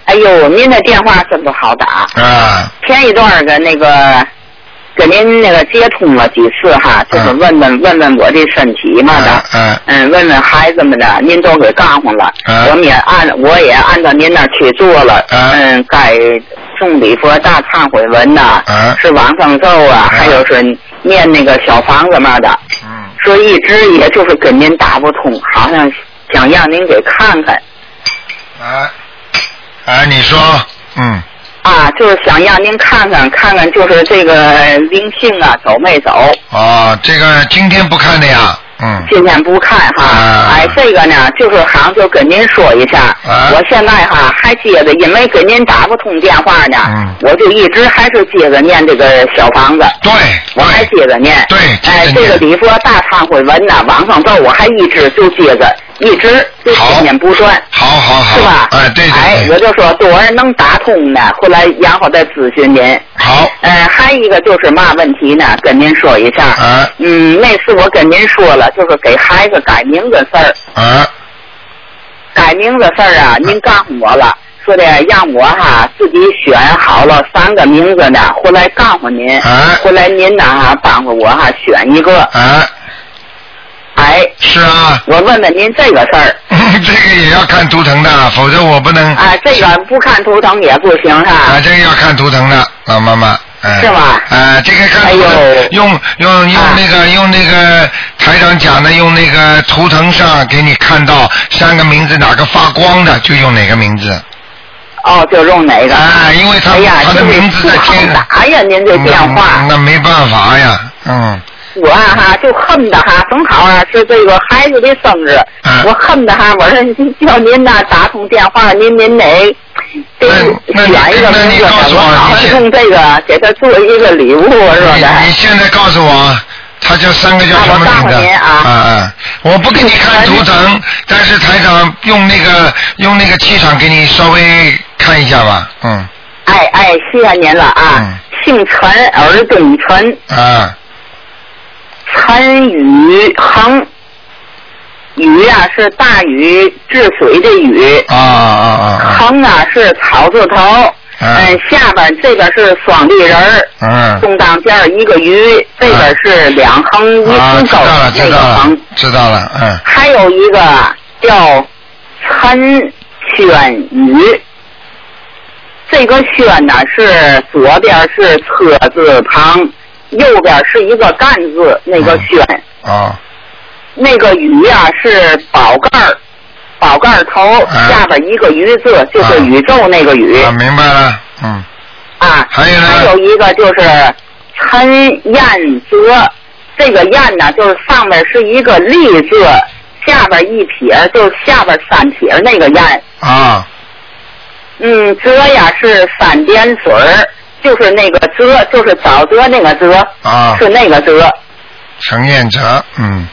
哎呦，您的电话真不好打，
啊，
前一段儿的那个给您那个接通了几次哈，就是
嗯
问问问问我的身体嘛的，
嗯
嗯，问问孩子们的，您都给干活了，
嗯
我们也按我也按照您那儿去做了，
嗯
嗯，该诵礼佛大忏悔文呐、
嗯
是往生咒啊，
嗯
还有是念那个小房子嘛的，
嗯，
说一直也就是跟您打不通，好像想让您给看看
哎，哎，你说，嗯，
啊，就是想让您看看看看，就是这个灵性啊走没走？
哦，这个今天不看的呀，嗯，
今天不看哈，
啊
哎，这个呢，就是好像就跟您说一下，
啊
我现在哈还接着，因为跟您打不通电话呢，
嗯
我就一直还是接着念这个小房子，
对，
我还
对，
接着念，
对
哎，
接着念
这个礼佛大忏悔文呐，往上咒我还一直就接着，一直就
好
念不断。
好好好，
是吧？
哎，对
哎
对，
我
对，
就说多少人能打通呢？后来然后再咨询您。
好，
呃，还有一个就是嘛问题呢，跟您说一下。
啊
嗯，那次我跟您说了，就是给孩子改名字事儿，
啊，
改名字事儿啊，您告诉我了，说的让我哈自己选好了三个名字呢，后来告诉您，
啊
后来您呢哈帮着我哈选一个，
啊，
哎，
是啊，
我问问您这个事儿，
这个也要看图腾的，否则我不能，
哎啊，这个不看图腾也不行哈。
啊，这个要看图腾的，老妈妈，哎
是吧？
啊，这个看
哎呦
用用用
啊
那个、用那个台长讲的，用那个图腾上给你看到三个名字哪个发光的，就用哪个名字。
哦，就用哪个？
啊，因为他、
哎呀，
他的
真是
名字在
不好
天上。
打哎呀，您这电话
嗯，那没办法呀，嗯，
我啊哈就恨得哈，正好啊是这个孩子的生日，
嗯
我恨得哈，我说叫您呐打通电话，您您得得
那那你
选一个
那你
名字，
告诉
我
我
好
你
像
先
用这个给他做一个礼物似的。
你你现在告诉我，他叫三个叫
啊
什么
我告
名
诉
字？
您啊
啊！我不给你看图腾，但是台长用那个用那个气场给你稍微看一下吧，嗯
哎哎，谢谢您了啊！
嗯
姓陈，儿董陈，
啊，
参与恒。雨啊是大禹治水的禹，
啊啊啊
横啊是草字头，
嗯
嗯，下边这边是双立人儿，
啊，嗯。
中当间儿一个鱼，这边是两横一
啊，
竖
知
钩
道了，，
那
知
个
道了
横，，
知道了，嗯，
还有一个叫参轩宇，这个轩呢是左边是车字旁，右边是一个干字，那
嗯
个轩，
哦，
那个宇呀、是宝盖儿，宝盖儿头、
啊
下边一个宇字，就是宇宙那个宇
啊，明白了，嗯，
啊，
还有呢
还有一个就是参燕泽，这个燕呢，就是上面是一个立字，下边一撇，就是下边三撇那个燕。
啊，
嗯，泽呀是三点水儿，就是那个泽，就是沼泽那个泽，
啊
是那个泽。
陈彦哲，嗯，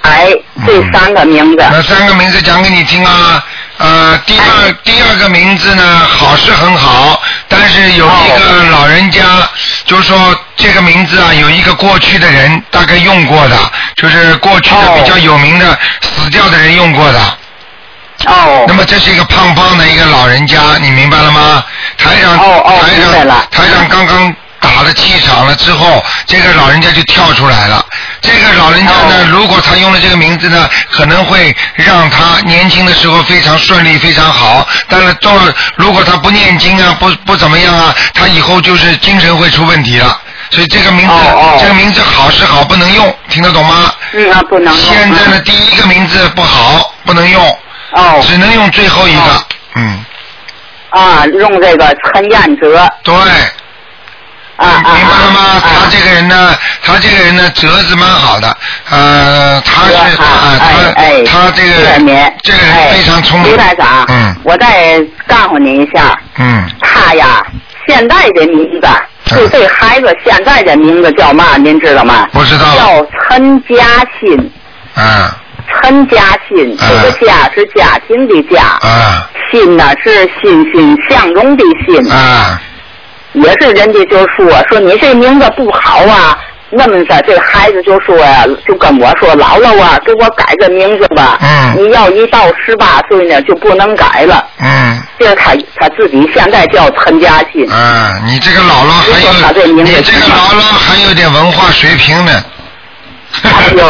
哎，这
嗯
三个名字。
那三个名字讲给你听啊。呃，第二
哎
第二个名字呢，好是很好，但是有一个老人家，就说这个名字啊，有一个过去的人大概用过的，就是过去的
哦
比较有名的死掉的人用过的。
哦
那么这是一个胖胖的一个老人家，你明白了吗？台长，
哦哦
台
明白
长
了，
台长刚刚打了气场了之后，这个老人家就跳出来了。这个老人家呢，
哦
如果他用了这个名字呢，可能会让他年轻的时候非常顺利，非常好。但是到了如果他不念经啊，不不怎么样啊，他以后就是精神会出问题了。所以这个名字，
哦哦
这个名字好是好，不能用，听得懂吗？
嗯，那不能用。
现在的第一个名字不好，不能用。
嗯哦
只能用最后一个
哦。
嗯，
啊，用这个参燕泽啊
对，明
啊啊！
白了吗？
啊
他这个人呢，他这个人呢，折子蛮好的，呃，他是
啊
啊，
哎哎
他，他这个
谢谢您
这个人非常聪
哎
明
卢。台长，
嗯
我再告诉您一下，
嗯，
他呀，现在这名字，就
嗯
这孩子现在这名字叫嘛？您知道吗？
不知道。
叫陈嘉欣，
啊
陈嘉欣，这个家是家庭的家，
啊
欣呢是欣欣向荣的欣，
啊！
也是人家就说说你这名字不好啊。那么着，这孩子就说呀，就跟我说，姥姥啊，给我改个名字吧。
嗯
你要一到十八岁呢，就不能改了。
嗯
就是他他自己现在叫陈嘉欣。
啊，你这个姥姥还
如果把这
有，
名字
你这个姥姥还有点文化水平呢。
哎呦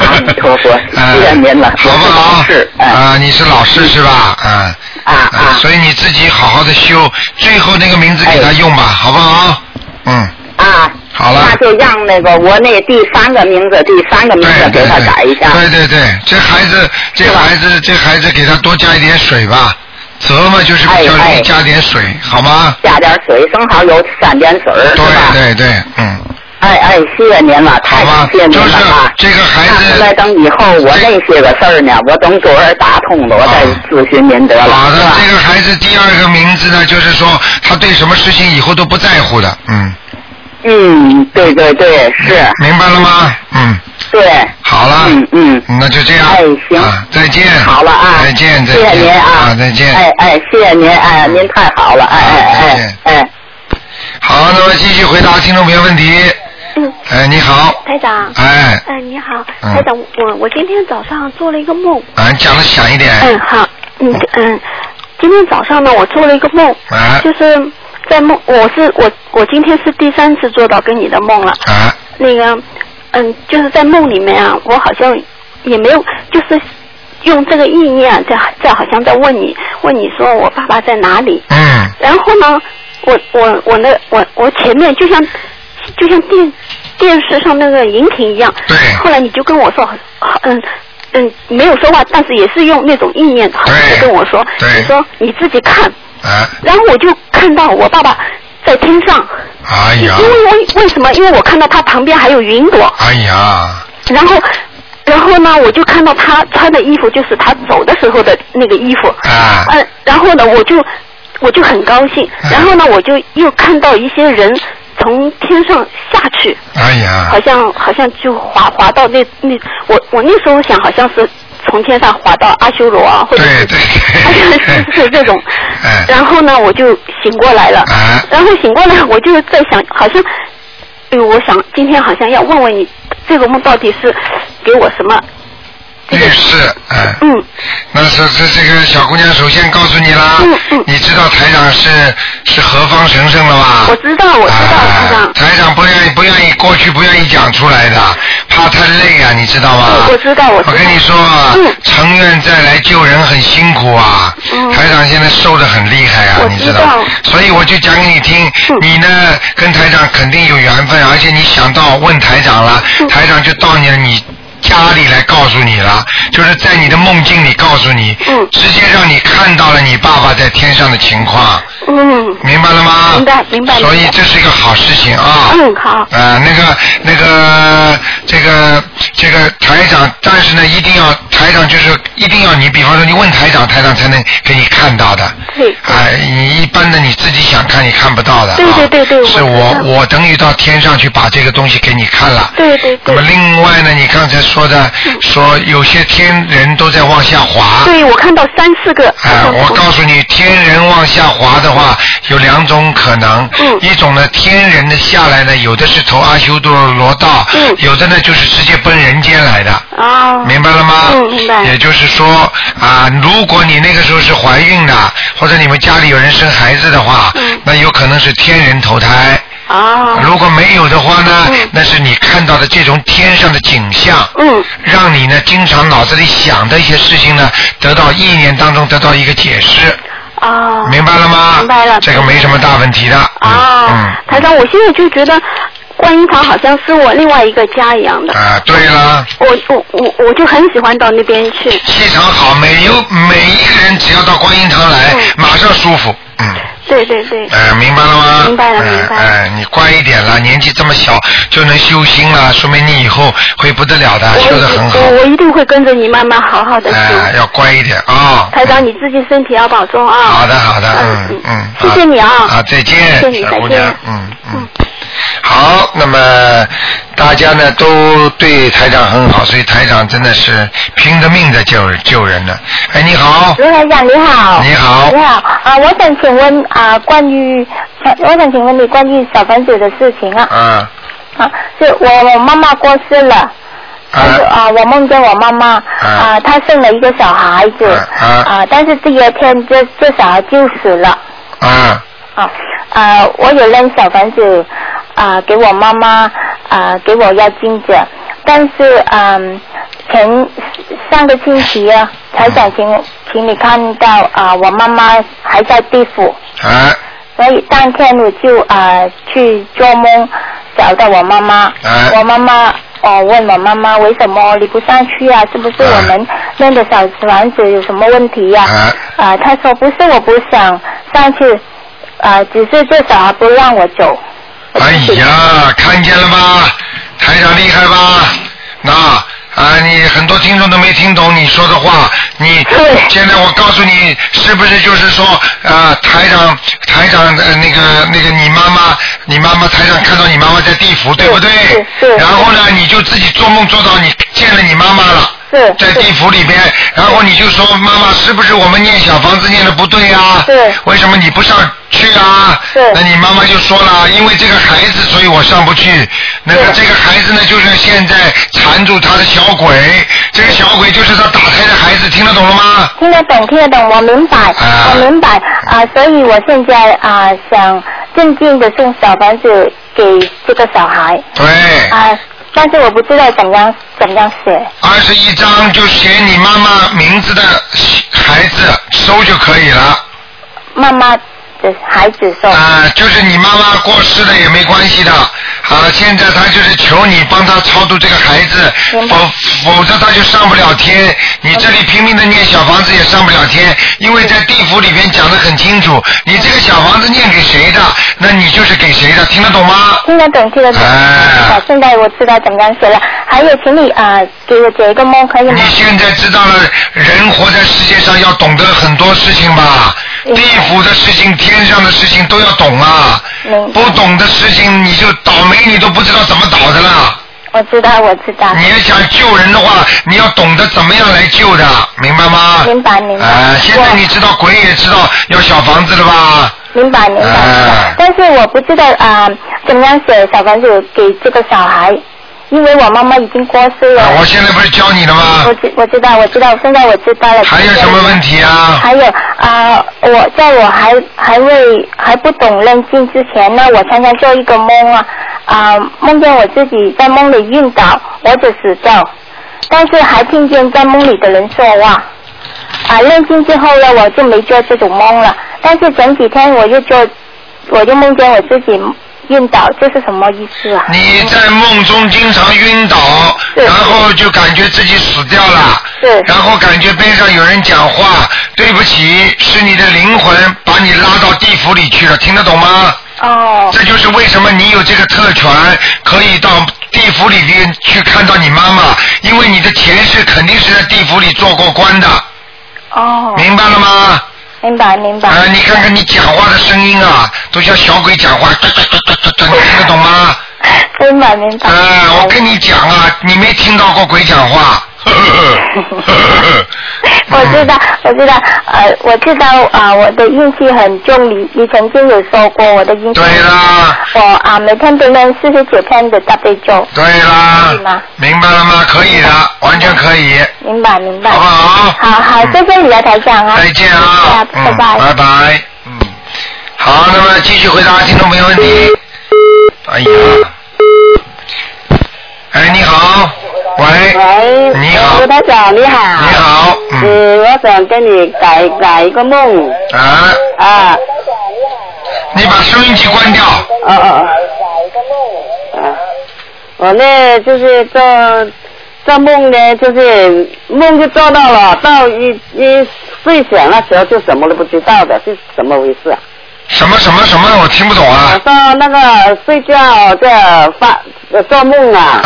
阿弥陀佛谢谢您了
啊好不
我
好
是老师？哎嗯
啊，你是老师是吧？啊。
啊
啊，
啊哎
所以你自己好好的修，最后那个名字给他用吧，好不好？嗯，
啊！
好了
那就让那个我那第三个名字，第三个
对
名字
对
给他改一下。
对对对，这孩子，这
是吧
孩子，这孩子给他多加一点水吧，折嘛就是比较容
哎
易
哎
加点水，好吗？
加点水，正好有三点水儿，是吧？
对对对，嗯，
哎哎，谢谢您了，
好
太
吧
感谢，您
就是
了啊！
这个孩
那
子
回来等以后我那些个事儿呢，我等昨儿打通了，我再咨询您得了，
好的
是吧，
这个孩子第二个名字呢，就是说他对什么事情以后都不在乎的，嗯，
嗯，对对对，是，
明白了吗？嗯，
对，
好了，
嗯嗯。
那就这样，
哎行
啊，再见，
好了啊，
再见，再
谢
见，
谢您啊，
再见，嗯啊
哎哎，谢谢您，哎，您太好了，哎
好再
哎
见
哎哎，
好，那么继续回答听众朋友问题。
嗯，
哎，你好，
台长。
哎，
嗯，你好，
嗯
台长，我我今天早上做了一个梦。
俺啊讲的响一
嗯，
点，
好，嗯嗯，今天早上呢，我做了一个梦，
哎
就是在梦，我是我我今天是第三次做到跟你的梦了。
哎，
那个，嗯，就是在梦里面啊，我好像也没有，就是用这个意念在在好像在问你，问你说我爸爸在哪里？
嗯
然后呢，
我我我那我我前面就像就像电电视上那个荧屏一样。
对。
后来你就跟我说，嗯嗯，没有说话，但是也是用那种意念，好像是跟我说，
对
你说你自己看。
啊，
然后我就看到我爸爸在天上，
哎呀
因，为我为什么？因为我看到他旁边还有云朵，
哎呀，
然后。然后呢，我就看到他穿的衣服就是他走的时候的那个衣服，
啊，
嗯，然后呢，我就我就很高兴，然后呢，我就又看到一些人从天上下去，
哎呀
好，像好像就滑滑到那那，我我那时候想好像是从天上滑到阿修罗啊，或者
对对对，
好像是不是这种，
哎，
然后呢，我就醒过来了，
啊，
然后醒过来，我就在想，好像，哎呦，我想今天好像要问问你，这个梦到底是给我什么？
律师，哎。
嗯，
那是这这个小姑娘首先告诉你啦，
嗯嗯
你知道台长是是何方神圣了吧？
我知道，我知道，台
啊
长，
台长不愿意不愿意过去不愿意讲出来的，怕太累啊，你知道吗？
嗯我我知道我知道
跟你说啊
嗯，
成愿再来救人很辛苦啊，
嗯
台长现在瘦的很厉害啊，
我
你
知
道
道
所以我就讲给你听，
嗯
你呢跟台长肯定有缘分，而且你想到问台长了，
嗯
台长就到你了你。家里来告诉你了，就是在你的梦境里告诉你，
嗯
直接让你看到了你爸爸在天上的情况，
嗯
明白了吗？
明白明白
所以
明白
这是一个好事情啊。
嗯，好，
啊，那个那个这个这个台长，但是呢，一定要台长就是一定要你，比方说你问台长，台长才能给你看到的。
对
哎，你一般的你自己想看你看不到的啊。
对对对对
是
我
我
知道
我等于到天上去把这个东西给你看了。
对对
那
对嗯
么另外呢，你刚才说的说有些天人都在往下滑。
对我看到三四个，好
啊，
像
我
从
告诉你，天人往下滑的话，有两种可能。
嗯
一种呢，天人的下来呢，有的是投阿修罗道，
嗯
有的呢就是直接奔人间来的。
啊，
明白了吗？
嗯明白
也就是说啊，如果你那个时候是怀孕的，或者你们家里有人生孩子的话，
嗯
那有可能是天人投胎。
啊，
如果没有的话呢，
嗯
那是你看到的这种天上的景象。
嗯
让你呢经常脑子里想的一些事情呢，得到意念当中得到一个解释，
啊，
明白了吗？
明白了
这个没什么大问题的。嗯
啊，台长，我现在就觉得观音堂好像是我另外一个家一样
嗯
的，
啊，对了，
我我我我就很喜欢到那边去，
气场好，每有每一个人只要到观音堂来，
嗯
马上舒服。嗯，
对对对，
哎、明白了吗？
明白了
哎
明白了
哎你乖一点了，年纪这么小就能修心了，说明你以后会不得了的，
我
修啊
一
得很好。
我我一定会跟着你慢慢好好的
哎、
修。
要乖一点啊。
台长，你自己身体要保重啊！
好的，好的，嗯
嗯
嗯，
谢谢你啊
啊，再见，
谢谢你
小
再
姑娘
见，
嗯嗯。好，那么大家呢都对台长很好，所以台长真的是拼着命的救救人呢。哎，你好，
卢台长你好，
你好
你好啊，我想请问啊，关于呃我想请问你关于小房子的事情啊，
啊
啊，是我我妈妈过世了。但是
啊
啊，我梦见我妈妈啊，她生了一个小孩子
啊
啊，但是第二天这这小孩就死了
啊
啊啊，我有扔小房子啊给我妈妈啊给我要金子，但是嗯前上个星期啊，才想请请你看到啊我妈妈还在地府，
啊
所以当天我就啊、呃去做梦，找到我妈妈。
哎
我妈妈哦问我妈妈为什么你不上去啊？是不是
哎
我们那的小房子有什么问题呀、啊？
啊
她说不是，我不想上去，啊、只是这小孩不让我走。我
哎
自己
呀，看见了吧，台长厉害吧？那啊，你很多听众都没听懂你说的话，你
对
现在我告诉你，是不是就是说啊，台长，台长呃那个那个你妈妈，你妈妈台长看到你妈妈在地府，对不对
是是？
然后呢，你就自己做梦做到你见了你妈妈了。
是
在地府里边，然后你就说妈妈，是不是我们念小房子念的不对啊？
对
为什么你不上去啊？
对
那你妈妈就说了，因为这个孩子，所以我上不去。那个这
对
个孩子呢，就是现在缠住他的小鬼，这个小鬼就是他打胎的孩子，听得懂了吗？
听得懂，听得懂，我明白，
啊
我明白啊、所以我现在啊、想静静的送小房子给这个小孩
对，
啊、但是我不知道怎样怎样写。
二十一章就写你妈妈名字的孩子收就可以了。
妈妈子孩子送。
啊、就是你妈妈过世了也没关系的，啊，现在她就是求你帮她超度这个孩子，否否则她就上不了天。你这里拼命的念小房子也上不了天，因为在地府里边讲的很清楚，你这个小房子念给谁的，那你就是给谁的，听得懂吗？
听得懂，听得懂。啊，现在我知道怎么样写了。还有，请你啊、给我解一个梦，可以吗？
现在知道了，人活在世界上要懂得很多事情吧，地府的事情、天上的事情都要懂啊。不懂的事情你就倒霉，你都不知道怎么倒的啦。
我知道，我知道。
你要想救人的话，你要懂得怎么样来救的，明白吗？
明白，明白。
啊，现在你知道鬼也知道要小房子了吧？
明白，明白。
啊，
但是我不知道啊、怎么样写小房子给这个小孩，因为我妈妈已经过世了。
啊我现在不是教你的吗？
我知我知道我知道，现在我知道了。还有什么问
题啊？
还有啊、我在我还还未还不懂认性之前呢，我常常做一个梦啊啊、梦见我自己在梦里晕倒或者死掉，但是还听见在梦里的人说话。啊，认性之后呢，我就没做这种梦了。但是前几天我又做，我就梦见我自己晕倒，这是什么意思啊？
你在梦中经常晕倒，然后就感觉自己死掉了，然后感觉边上有人讲话，对不起，是你的灵魂把你拉到地府里去了，听得懂吗？
哦。
这就是为什么你有这个特权，可以到地府里边去看到你妈妈，因为你的前世肯定是在地府里做过官的。
哦。
明白了吗？
明白，明白。
啊、你看看你讲话的声音啊，都像小鬼讲话，嘟嘟嘟嘟嘟嘟，你听得懂吗？
明白，明白。
啊、我跟你讲啊，你没听到过鬼讲话。呵呵呵呵
我知道，我知道，呃，我知道啊、我的运气很重，你你曾经有说过我的运气。对
啦。
我啊、每天都念四十九天的大悲咒。
对啦。啊明白了吗？可以的，完全可以。
明白，明白。好好？好好，
嗯
谢谢你的台长啊。再见啊。拜拜。
拜拜。嗯，好，那么继续回答听众朋友问题。哎呀，哎，你好，喂，
喂，你好，呃台长，你好，你
好，
嗯，我想跟你改改一个梦，
啊，
啊，
你把收音机关掉，
啊
哦哦哦，啊，我呢就是做做梦呢，就是梦就做到了，到一一睡醒那时候就什么都不知道的，是怎么回事啊？
什么什么什么，我听不懂啊。
我说那个睡觉这发呃做梦啊，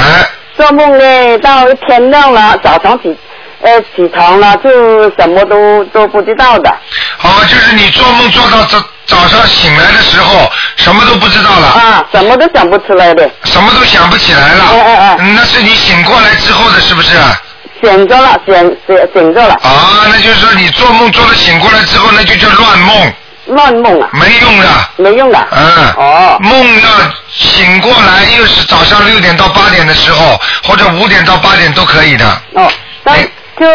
做梦呢到天亮了，早上起呃起床了就什么都都不知道的。
哦，就是你做梦做到早早上醒来的时候，什么都不知道了。
啊，什么都想不起来的。
什么都想不起来了。
哎哎哎
嗯那是你醒过来之后的，是不啊是？
醒着了，醒醒醒着了。
啊，那就是说你做梦做到醒过来之后，那就叫乱梦。
乱梦啊。
没用的。
没用的。
嗯。
哦。
梦要醒过来，又是早上六点到八点的时候，或者五点到八点都可以的。
哦，那就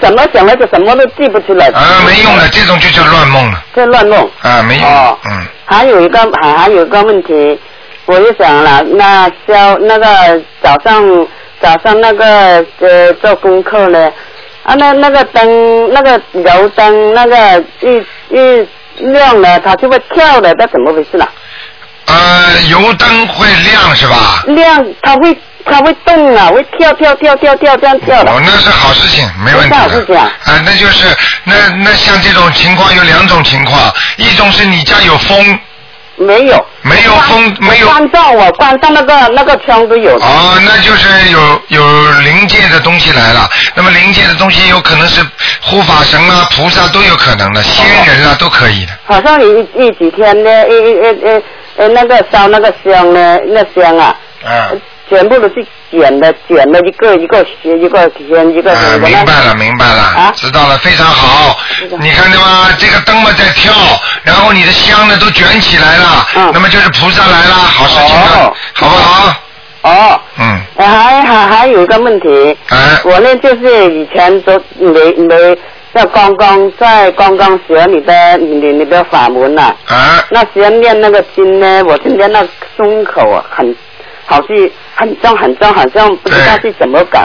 什么醒了就什么都记不起来。
啊，没用的，这种就叫乱梦了。
这乱梦。
啊，没用。
哦
嗯。
还有一个还还有一个问题，我就想了，那教那个早上早上那个呃做功课呢，啊那那个灯那个油灯那个一一亮了，它就会跳的，那怎么回事呢？
呃，油灯会亮是吧？
亮它会它会动啊，会跳跳跳跳跳这样跳的。
哦，那是好事情，没问题
是好事情
的。
啊
啊，那就是那那像这种情况有两种情况，一种是你家有风，
没有。
没有风，没有。
关上我关上那个那个窗都有。
哦，那就是有有灵界的东西来了。那么灵界的东西有可能是护法神啊、菩萨都有可
哦
能的，仙人啊都可以的。
好像你一一几天呢，一一一一呃那个烧那个香呢，那香啊，
嗯，
全部都是卷的，卷的一个一个一个圈一个
啊，
圈的。
明白了，明白了，
啊
知道了，非常好。你看见吗？这个灯嘛在跳，然后你的香呢都卷起来了，
嗯
那么就是菩萨来了，好事情了，好不好？
哦，
嗯，
还还还有一个问题，我呢就是以前都没没在刚刚在刚刚学你的你你的法门呐、
啊，
那学念那个经呢，我今天那胸口啊很好像很重很重，好像不知道是怎么搞。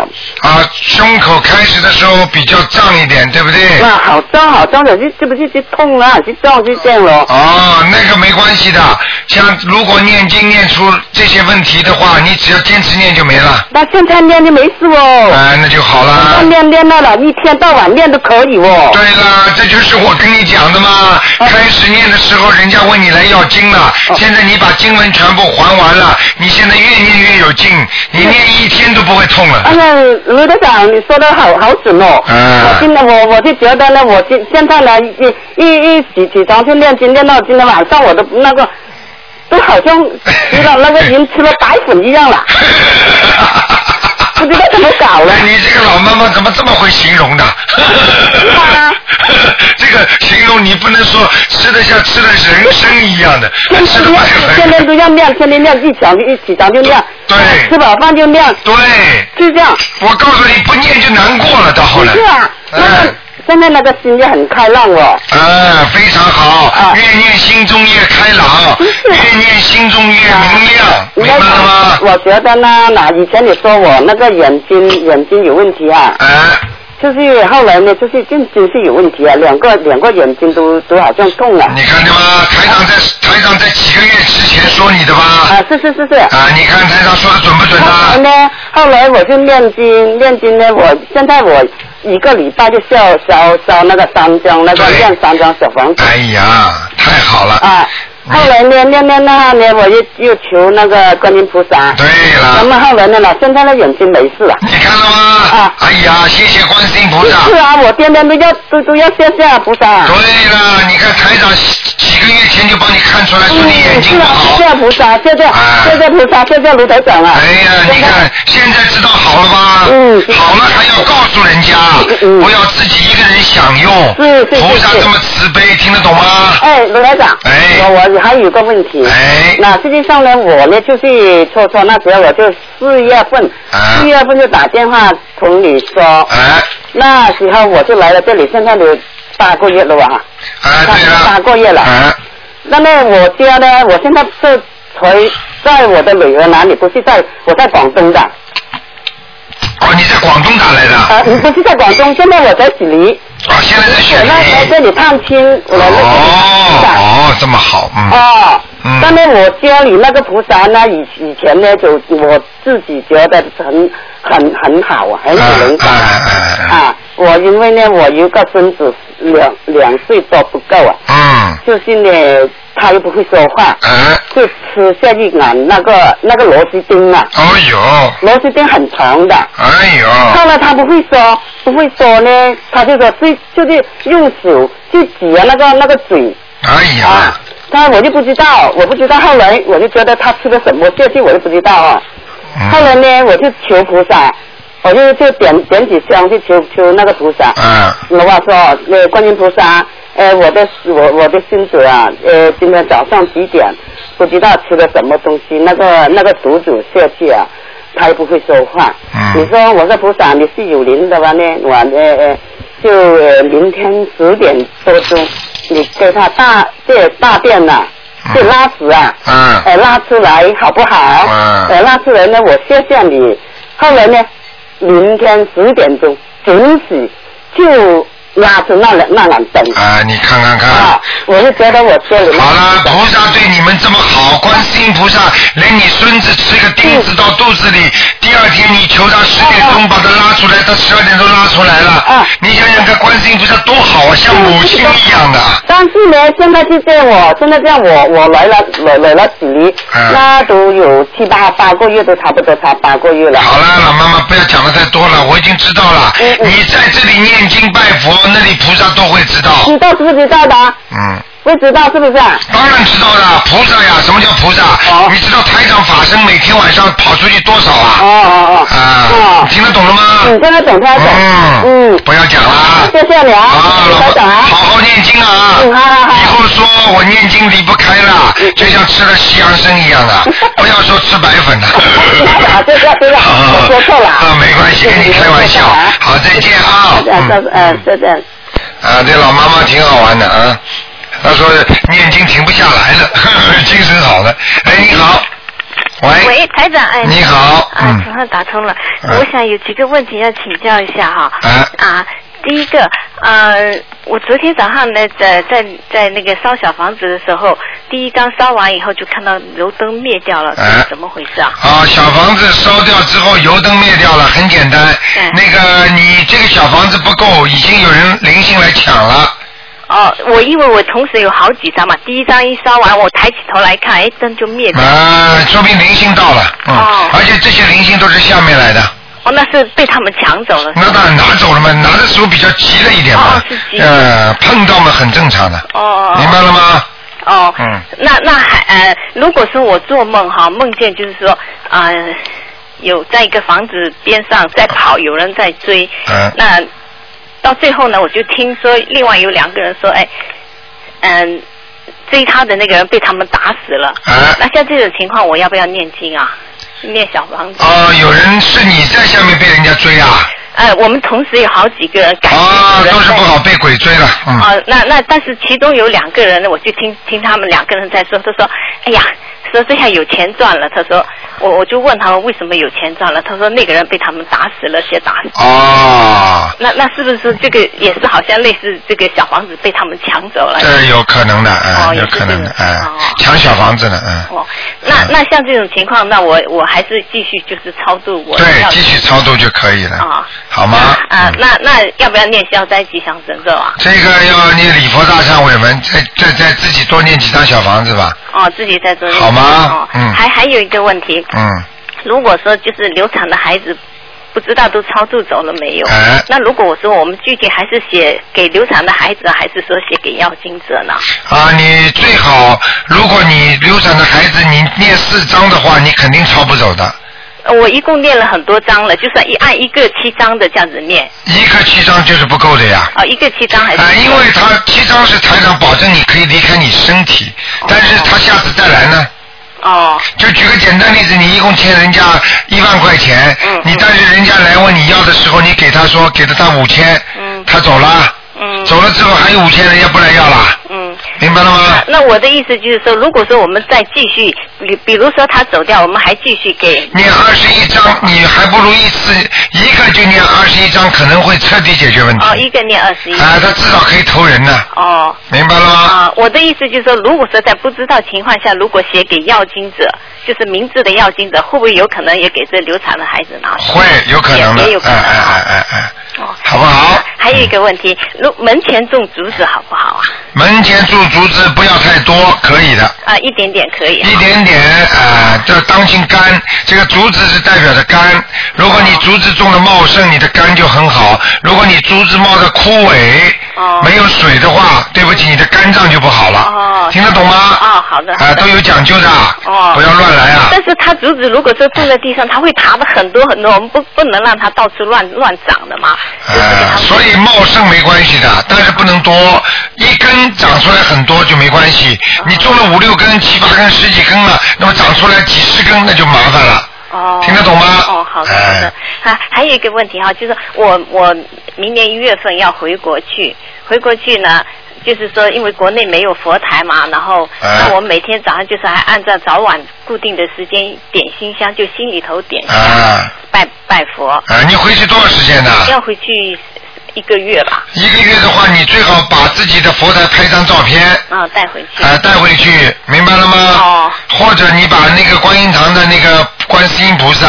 啊，胸口开始的时候比较胀一点，对不对？
哇，好重好重的，就是不是就痛了，就重就这样咯。
哦，那个没关系的。像如果念经念出这些问题的话，你只要坚持念就没了。
那现在练就没事哦。
哎，那就好啦。
练练到了，一天到晚练都可以哦。
对啦，呃这就是我跟你讲的嘛。开始念的时候，人家问你来要经了，
哦
现在你把经文全部还完了，你现在越念越有劲，你
嗯
念一天都不会痛了。
哎呀，卢队长，你说的好好准哦。我
嗯，
真的，我我就觉得呢，我现现在呢，一一一起起床就练经，练到今天晚上我都那个，都好 像知道那个人吃了白粉一样了，不知啊道怎么搞 了。
哎你这个老妈妈怎么这么会形容的？ 这个形容你不能说吃的像吃的人参一样的，
天
吃
天
的白
练，
粉。
天天都要练，天天练，一床就一起床就练，
对
吃饱饭就练，
对，
就这样。
我告诉你，不念就难过了，到后来
是。啊，那
嗯
个现在那个心就很开朗哦。
啊，非常好，越念心中越开朗，越念心中越明亮，
你
明白了吗？
我觉得呢，那以前你说我那个眼睛眼睛有问题啊，
啊，
就是后来呢，就是真真是有问题啊，两个两个眼睛都都好像痛了。
你看对吧？台长在台长在几个月之前说你的吧？
啊，是是是是。
啊，你看台长说的准不准
后来
啊？
呢，后来我就念经，念经呢，我现在我一个礼拜就烧烧烧那个三张，那个
对
念三张小房子
哎呀，太好了！
啊。后来呢，念念那呢，我又又求那个观音菩萨。
对
那
了，
么后来呢，那现在呢，眼睛没事了。
你看了吗
啊？
哎呀，谢谢观世音菩萨
是。啊，我天天都要都都要谢谢啊，菩萨啊。
对了，你看台长几个月前就帮你看出来，说
嗯，
你眼睛
是
不
啊，
好
谢。谢菩萨，谢谢
啊
谢谢菩萨，谢谢卢台长啊。
哎呀，你看现在知道好了吧？
嗯是
好了还要告诉人家，
嗯
不要自己一个人享用。
是是是
哦菩萨
是
这么慈悲，听得懂吗？
哎，卢台长，
啊哎
我我还有一个问题。
哎
那实际上呢，我呢就是初初那时候我就四月份，
啊
四月份就打电话同你说，
哎
那时候我就来了这里，现在有八个月了啊吧？
哎，对了，
八个月了。
哎
那么我家呢，我现在是回在我的女儿那里，不是在我在广东的，
哦，你在广东打来的？
啊，不是在广东，现在我在雪梨，
哦，现在在雪
我
梨。
那来这里探亲，我来这里的。
哦哦，这么好，嗯，
哦，
嗯
但是我家里那个菩萨呢，以以前呢，就我自己觉得很很很好啊，很有灵感
哎哎哎
啊。我因为呢，我有个孙子两两岁多不够啊，
嗯，
就是呢，他又不会说话，
哎，
就吃下一眼那个那个螺丝钉啊，
哦呦，
螺丝钉很长的。
哎呦，
后来他不会说，不会说呢，他就说最就是用手去挤啊那个那个嘴
哎呀
啊，，但我就不知道，我不知道。后来我就觉得他吃的什么下去，我就不知道啊。
嗯
后来呢，我就求菩萨，我就就点点几香去求求那个菩萨。
嗯，
我话说，呃，观音菩萨，呃，我的我我的孙子啊，呃，今天早上几点不知道吃了什么东西，那个那个毒主下去啊，他也不会说话。
嗯
你说我说菩萨你是有灵的吧呢？我呃呃，就呃明天十点多钟，你给他大这大便呐、
嗯
这拉屎啊，
嗯
呃拉出来好不好？
嗯
呃拉出来呢，我谢谢你。后来呢，明天十点钟准许就拉出那两那两灯
啊，你看看看
啊。，我就觉得我这里
好了，菩萨对你们这么好，观世音菩萨连你孙子吃个钉子到肚子
嗯
里，第二天你求他十点钟把他拉出来，他十二点钟拉出来了
啊。
你想想看，观世音菩萨多好啊，像母亲一样的。
但是呢，现在就这样我，现在这样我我来了来来了几离，
嗯
那都有七八八个月，都差不多差八个月了。
好了，老妈妈不要讲的太多了，我已经知道了。
嗯嗯
你在这里念经拜佛，那里菩萨都会知道。
知道是不知道的？
嗯。
不知道是不是啊？
当然知道了，菩萨呀，什么叫菩萨？
哦
你知道台长法身每天晚上跑出去多少啊？
哦哦哦。
啊，
哦
你听得懂了吗？
你现在懂他懂。
嗯
嗯，
不要讲了。
谢谢你啊，
啊，老
台
婆，
长啊。
好好念经啊！
嗯好好嗯好
以后说我念经离不开了，就像吃了西洋参一样 的，不要说吃白粉了。
好对对对
好
我说错 了
啊，没关系，
对
跟你开玩笑
我说错了。
好，再见啊。
嗯，
嗯
嗯，对对。
啊，这老妈妈挺好玩的啊。 她说念经停不下来了，精神好了。哎，你好。喂
喂，台长，哎，
你好嗯
啊，总算打通了。我想有几个问题要请教一下哈。
啊。
啊，第一个，呃，我昨天早上呢，在在在那个烧小房子的时候，第一缸烧完以后就看到油灯灭掉了，这
哎
是怎么回事啊？
啊，小房子烧掉之后，油灯灭掉了，很简单。
嗯
那个，你这个小房子不够，已经有人零星来抢了。
哦，我因为我同时有好几张嘛，第一张一烧完，我抬起头来看，哎，灯就灭掉了。
啊，说明零星到了，嗯，而且这些零星都是下面来的，
哦，那是被他们抢走了。
那当然拿走了嘛，拿的时候比较急了一点嘛，呃，碰到嘛很正常的，
哦，
明白了吗？
哦，
嗯，
那那还呃，如果说我做梦哈，梦见就是说啊、呃有在一个房子边上在跑，有人在追，
嗯
那到最后呢，我就听说另外有两个人说，哎，嗯、追他的那个人被他们打死了。那像这种情况，我要不要念经啊？念小房子？
哦，有人是你在下面被人家追啊，
哎、我们同时有好几个人感觉
啊，都是不好被鬼追了，嗯，
哦，那那但是其中有两个人呢，我就听听他们两个人在说，他说，哎呀，说这下有钱赚了。他说，我我就问他们为什么有钱赚了，他说那个人被他们打死了，先打死。
哦，
那那是不是这个也是好像类似这个小房子被他们抢走了？
这有可能的，哎，
哎哦
有
也是
可能的，哎，抢小房子呢，嗯，
哦那那像这种情况，那我我还是继续就是操作我
对，
要
继续操作就可以了，
啊
好吗？
啊，那那要不要念消灾吉祥神咒啊？
这个要念礼佛大忏悔文，再再再自己多念几张小房子吧，
哦，自己在做
好吗
哦？
嗯
还还有一个问题，
嗯，
如果说就是流产的孩子，不知道都超度走了没有？
哎
那如果我说我们具体还是写给流产的孩子，还是说写给要经者呢？
啊，你最好，如果你流产的孩子你念四张的话，你肯定抄不走的，
呃我一共念了很多章了，就是一按一个七章的这样子念，
一个七张就是不够的呀。
哦，一个七章还是？
啊，因为他七张是台长保证你可以离开你身体，但是他下次再来呢。
哦。
就举个简单例子，你一共欠人家一万块钱，
嗯
你但是人家来问你要的时候，你给他说给了他五千，
嗯
他走了，走了之后还有五千，人家不来要了，
嗯
明白了吗？
那我的意思就是说，如果说我们再继续，比比如说他走掉，我们还继续给
念二十一张，你还不如一次一个就念二十一张，可能会彻底解决问题。
哦，一个念二十一。
啊，他至少可以投人呢，
哦。
明白了吗？
啊，我的意思就是说，如果说在不知道情况下，如果写给要经者，就是明智的要经者，会不会有可能也给这流产的孩子拿？
会有可能的，
也也有可
哎
能
哎哎哎哎，好不好？
还有一个问题，如门前种竹子好不好啊？
门前种竹子不要太多，可以的。
啊，一点点可以啊。
一点点啊，要、当心肝。这个竹子是代表着肝，如果你竹子种的茂盛，你的肝就很好；如果你竹子冒的枯萎，
哦
没有水的话，对不起，你的肝脏就不好了。听得懂吗？
哦，好的。
啊，都有讲究的，
哦，
不要乱来啊！
但是它竹子如果说种在地上，它会爬的很多很多，我们不不能让它到处乱乱长的嘛。
呃，所以茂盛没关系的，但是不能多，一根长出来很多就没关系。
哦
你种了五六根、七八根、十几根了，那么长出来几十根，那就麻烦了。
哦，
听得懂吗哎
哦，好的好的。啊，还有一个问题哈，就是我我明年一月份要回国去，回国去呢，就是说因为国内没有佛台嘛，然后、
哎
那我每天早上就是还按照早晚固定的时间点心香，就心里头点香、
啊
拜拜佛。
啊，你回去多少时间呢？
要回去一个月吧。
一个月的话，你最好把自己的佛台拍张照片，
啊、带回去。
啊，带回去，明白了吗？哦。或者你把那个观音堂的那个观世音菩萨、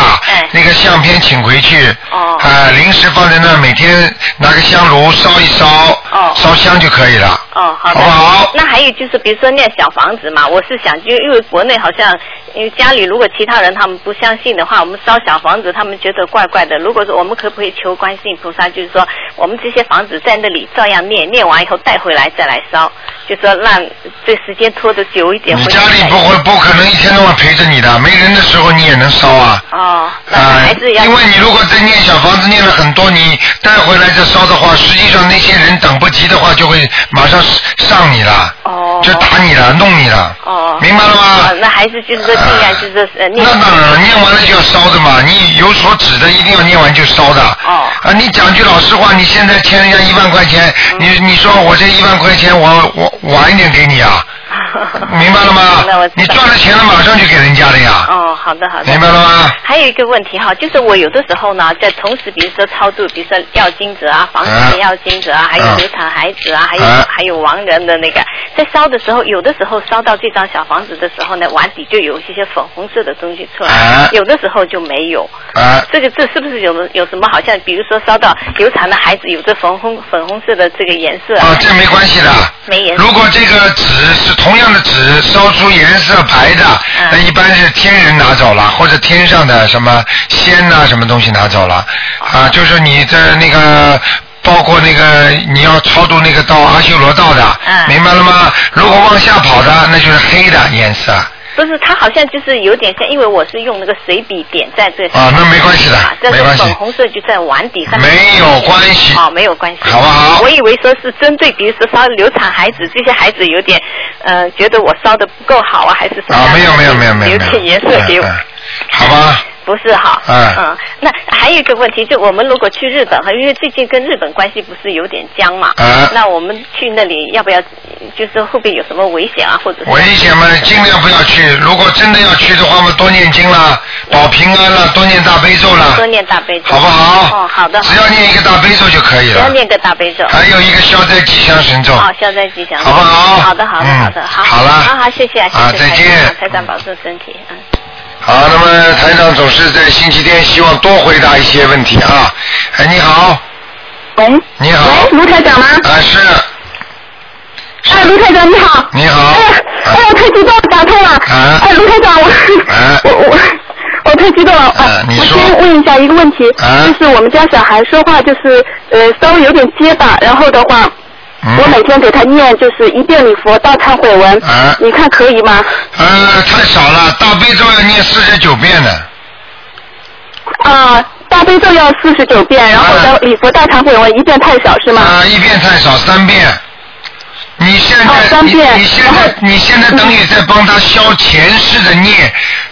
那个相片请回去。哎哦。啊，临时放在那儿，每天拿个香炉烧一烧，哦、烧香就可以了。
哦，好的。好那还有就是，比如说念小房子嘛，我是想，就因为国内好像，因为家里如果其他人他们不相信的话，我们烧小房子，他们觉得怪怪的。如果说我们可不可以求观世音菩萨，就是说我们这些房子在那里照样念，念完以后带回来再来烧，就说让这时间拖得久一点。
你家里不会不可能一天到晚陪着你的，没人的时候你也能烧啊。
哦。
啊、因为你如果在念小房子念了很多，你带回来再烧的话，实际上那些人等不及的话，就会马上上你了，哦、就打你了，弄你了。
哦，
明白了吗啊
哦那还是就是说尽量就是说呃念。
那当然了，念完了就要烧的嘛，你有所指的，一定要念完就烧的。哦。啊，你讲句老实话，你现 在欠人家一万块钱，你你说我这一万块钱我，我晚一点给你啊？明白了吗
那我知道
你赚了钱了马上就给人家了呀
哦，好的好的。
明白了吗？
还有一个问题哈，就是我有的时候呢，在同时比如说超度，比如说要金子啊，房子的要金子啊，还有
啊
流产孩子啊，还有
啊
还有亡人的那个，在烧的时候，有的时候烧到这张小房子的时候呢，碗底就有一些粉红色的东西出来
啊，
有的时候就没有。
啊
这个这是不是有有什么好像，比如说烧到流产的孩子有这粉红粉红色的这个颜色？
啊，这没关系的。
没颜色。
如果这个纸是同样的纸，烧出颜色白的，
嗯
那一般是天人拿走了，或者天上的什么仙呐、什么东西拿走了。
哦
啊，就是你的那个。包括那个你要超度那个到阿修罗道的，
嗯
明白了吗？如果往下跑的，那就是黑的颜色。啊
不是，它好像就是有点像，因为我是用那个水笔点在这上
啊那没关系的
啊但是
没关系
粉红色就在碗底上，
没有关系
哦，没有关系，
好不好
我以为说是针对，比如说烧流产孩子，这些孩子有点，呃，觉得我烧的不够好啊，还是什么？
啊没有没有没有没有
有
没有
点颜色给我
嗯。好吧，
不是哈，
嗯
嗯，那还有一个问题，就我们如果去日本哈，因为最近跟日本关系不是有点僵嘛，
嗯
那我们去那里要不要，就是会不会有什么危险啊，或者是
危险嘛，尽量不要去。如果真的要去的话嘛，多念经啦，保平安啦，多念大悲咒啦
多，念大悲咒，
好不好
哦，好的。
只要念一个大悲咒就可以了
只
嗯
要念个大悲咒。
还有一个消灾吉祥神咒
哦
好，消灾吉祥。
好不好
好的，好的，
嗯
好的，好。
好了
好好，谢谢，谢谢
啊再见
台长台长保重身体，嗯。
好，那么台长总是在星期天希望多回答一些问题啊。哎，你好。
喂。
你好。
喂，卢台长吗？
啊，是。
哎，卢台长你好。
你好。
哎，我太激动了，打通了。
啊。
哎，卢台长，我、
哎
我我我太激动了。啊，我先问一下一个问题，
哎
就是我们家小孩说话就是呃稍微有点结巴，然后的话。
嗯
我每天给他念就是一遍礼佛大忏悔文，
哎
你看可以吗？
呃，太少了，大悲咒要念四十九遍的。
啊，大悲咒要四十九遍，然后
哎
呢礼佛大忏悔文一遍太少是吗？
啊，一遍太少，三遍。你现
哦
在，你你现在，你现在等于在帮他消前世的孽，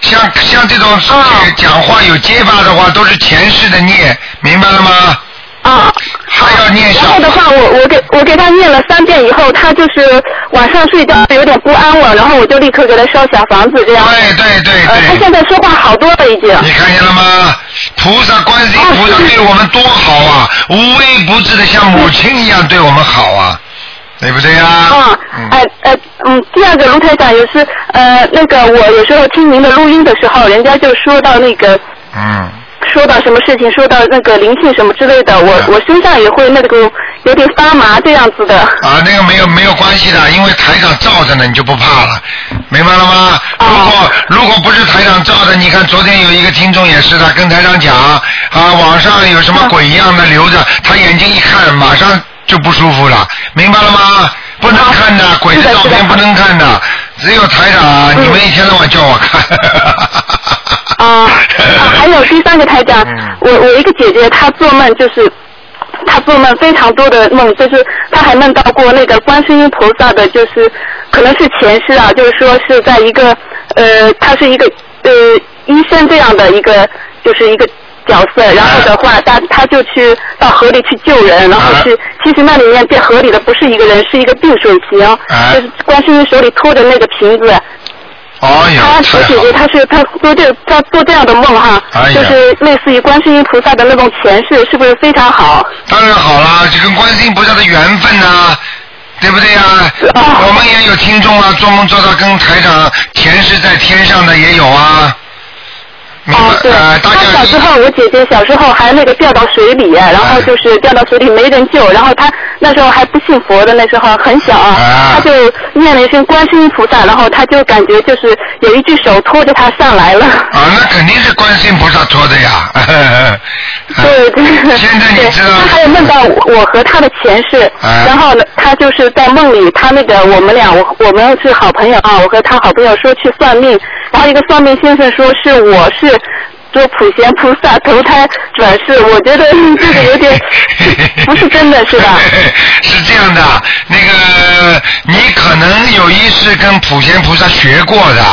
像像这种
哦
讲话有结巴的话，都是前世的孽，明白了吗？
啊。
还要念
然后的话，我我给我给他念了三遍以后，他就是晚上睡觉有点不安稳，然后我就立刻给他烧小房子这样。
对对对对。
呃，他现在说话好多了已经。
你看见了吗？菩萨观世音菩萨对我们多好啊，无微不至的像母亲一样对我们好啊，对不对啊？
啊，哎呃嗯，第二个卢台长也是呃，那个我有时候听您的录音的时候，人家就说到那个
嗯。
说到什么事情，说到那个灵性什么之类的，我我身上也会那个有点发麻这样子的。
啊，那个没有没有关系的，因为台长罩着呢，你就不怕了，明白了吗？如果如果不是台长罩着，你看昨天有一个听众也是，他跟台长讲啊，网上有什么鬼一样的留着，他眼睛一看，马上就不舒服了，明白了吗？不能看的，鬼哦的照嗯片不能看的，只有台长，你们一天到晚叫我看。
啊啊，还有第三个台长，我我一个姐姐，她做梦就是。她做梦非常多的梦，就是她还梦到过那个观世音菩萨的，就是可能是前世啊，就是说是在一个呃，她是一个呃医生这样的一个，就是一个角色。然后的话，她她就去到河里去救人，然后去，其实那里面在河里的不是一个人，是一个病水瓶，就是观世音手里托着那个瓶子，
哎
他我姐姐她是她做这她做这样的梦哈，
哎呀
就是类似于观世音菩萨的那种前世，是不是非常好？
当然好啦，这跟观世音菩萨的缘分呐、对不对呀、我们也有听众啊，做梦做到跟台长前世在天上的也有啊。明白、呃，大
她啊小时候，我姐姐小时候还那个掉到水里，啊然
哎
后就是掉到水里没人救，然后她那时候还不信佛的，那时候很小，
哎
她就念了一声观世音菩萨，然后她就感觉就是有一只手拖着她上来了。
啊，那肯定是观世音菩萨托的呀。
对 对。
现在你知道。
他还有梦到我和他的前世，
哎
然后呢，他就是在梦里，他那个我们俩，我我们是好朋友啊，我和他好朋友说去算命，然后一个算命先生说是我是做普贤菩萨投胎转世，我觉得
哎
嗯这个有点 不是真的是吧？
是这样的，那个你可能有一世跟普贤菩萨学过的，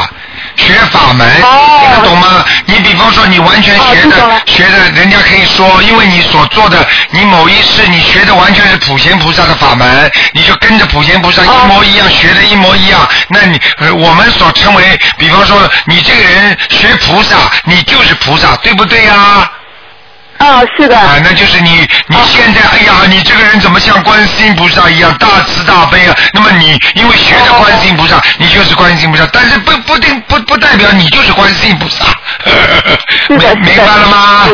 学法门，
哦
听得懂吗？你比方说你完全学的、学的，人家可以说，因为你所做的，你某一世你学的完全是普贤菩萨的法门，你就跟着普贤菩萨
哦
一模一样，学的一模一样。那你、呃我们所称为，比方说你这个人学菩萨，你就是菩萨，对不对呀、
啊，是的。哦
啊，那就是你，你现在，哎呀，你这个人怎么像观世音菩萨一样大慈大悲啊？那么你因为学
哦
着观世音菩萨，你就是观世音菩萨，但是不不定不不代表你就是观世音菩萨， 明明白了吗？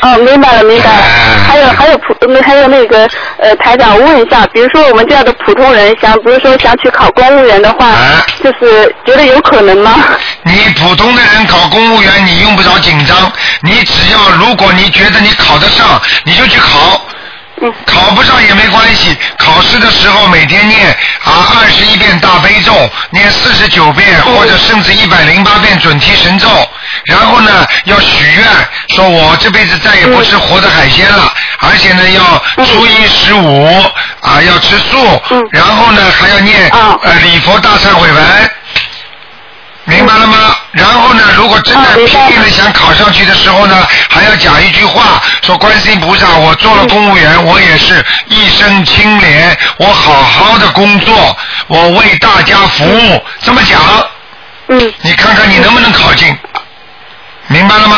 好，哦，明白了，明白了。
哎
还有还有普，嗯还有那个呃，台长问一下，比如说我们这样的普通人想，比如说想去考公务员的话，
啊
就是觉得有可能吗？
你普通的人考公务员，你用不着紧张，你只要如果你觉得你考得上，你就去考。考不上也没关系，考试的时候每天念啊二十一遍大悲咒，念四十九遍或者甚至一百零八遍准提神咒，然后呢要许愿，说我这辈子再也不吃活的海鲜了，而且呢要初一十五啊要吃素，然后呢还要念呃礼佛大忏悔文。明白了吗？然后呢，如果真
哦
的拼命的想考上去的时候呢，还要讲一句话，说观世音菩萨，我做了公务
嗯
员，我也是一身清廉，我好好的工作，我为大家服务，这么讲。
嗯。
你看看你能不能考进？明白了吗？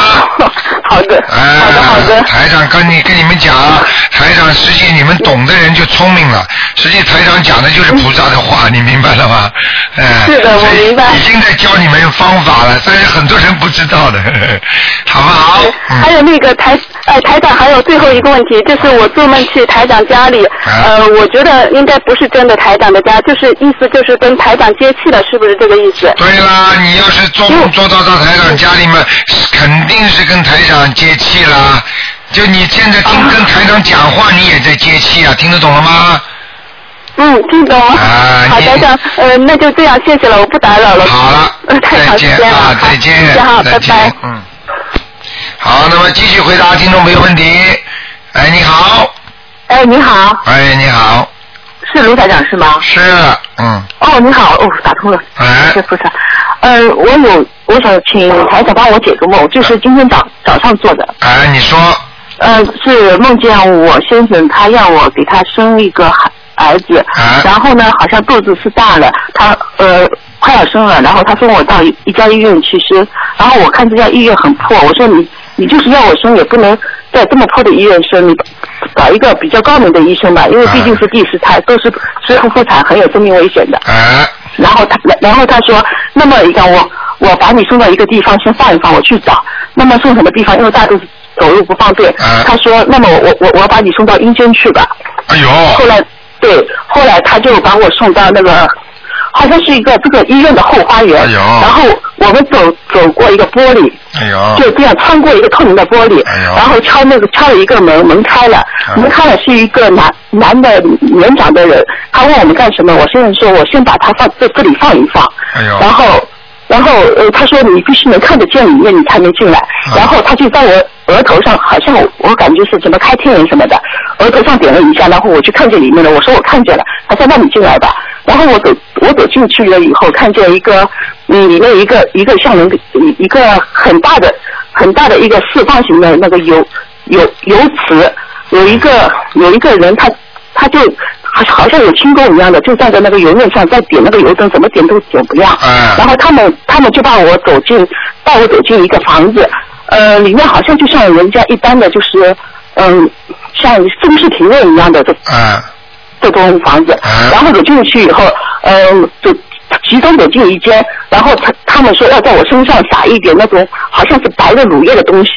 好的，嗯
好的，好的。台长跟你跟你们讲，啊台长实际你们懂的人就聪明了，实际台长讲的就是菩萨的话，你明白了吗？哎，
是的我明白
已经在教你们方法
嗯
了，但是很多人不知道的， 好不好？
还有那个台呃台长，还有最后一个问题，就是我做梦去台长家里，呃，我觉得应该不是真的台长的家，就是意思就是跟台长接气了，是不是这个意思？
对啊啦，你要是做梦做到到台长家里面，肯定是跟台长接气啦。就你现在听跟台长讲话，你也在接气啊，听得懂了吗？
嗯，听懂。好，台长，呃，那就这样，谢谢了，我不打扰了。
啊好了，
呃，太
再
长时
见
间了，
啊，
好
再见
谢谢哈，，
再
拜拜
见。，嗯。好，那么继续回答听众朋友问题。哎，你好，
哎，你好，
哎，你好，
是卢台长是吗？
是，嗯，
哦，你好，哦，打通了，
哎，
谢菩萨。呃，我有，我想请台长帮我解个梦，就是今天早早上做的。
哎，你说，
呃，是梦见我先生他让我给他生一个孩儿子，然后呢，好像肚子是大了，他呃快要生了，然后他送我到一一家医院去生，然后我看这家医院很破，我说你你就是要我生也不能在这么破的医院生，你把找一个比较高明的医生吧，因为毕竟是第十胎，都是是剖腹产，很有生命危险的。然后他，然后他说，那么一个我我把你送到一个地方先放一放，我去找。那么送什么地方？因为大肚子走路不方便。他说，那么我我我我把你送到阴间去吧。
啊哎呦。
后来对，后来他就把我送到那个。好像是一个这个医院的后花园，
哎呦
然后我们走走过一个玻璃，
哎呦，
就这样穿过一个透明的玻璃，
哎
然后敲那个敲了一个门，门开了，
啊
门开了是一个男男的年长的人，他问我们干什么，我先生说我先把他放在这里放一放，
哎呦，
然后然后呃他说你必须能看得见里面你才能进来，
啊
然后他就在我额头上，好像我我感觉是什么开天眼什么的，额头上点了一下，然后我就看见里面了，我说我看见了，他说那你进来吧，然后我走我走进去了以后，看见一个嗯里面一个一个像人一一个很大的很大的一个四方形的那个油油油池，有一个有一个人他他就好像好像有轻功一样的，就站在那个油面上在点那个油灯，怎么点都点不亮。然后他们他们就把我走进，带我走进一个房子，呃，里面好像就像人家一般的，就是嗯，像中式庭院一样的这
嗯，
这栋房子。然后走进去以后，嗯，就集中走进一间，然后他他们说要在我身上撒一点那种好像是白的乳液的东西。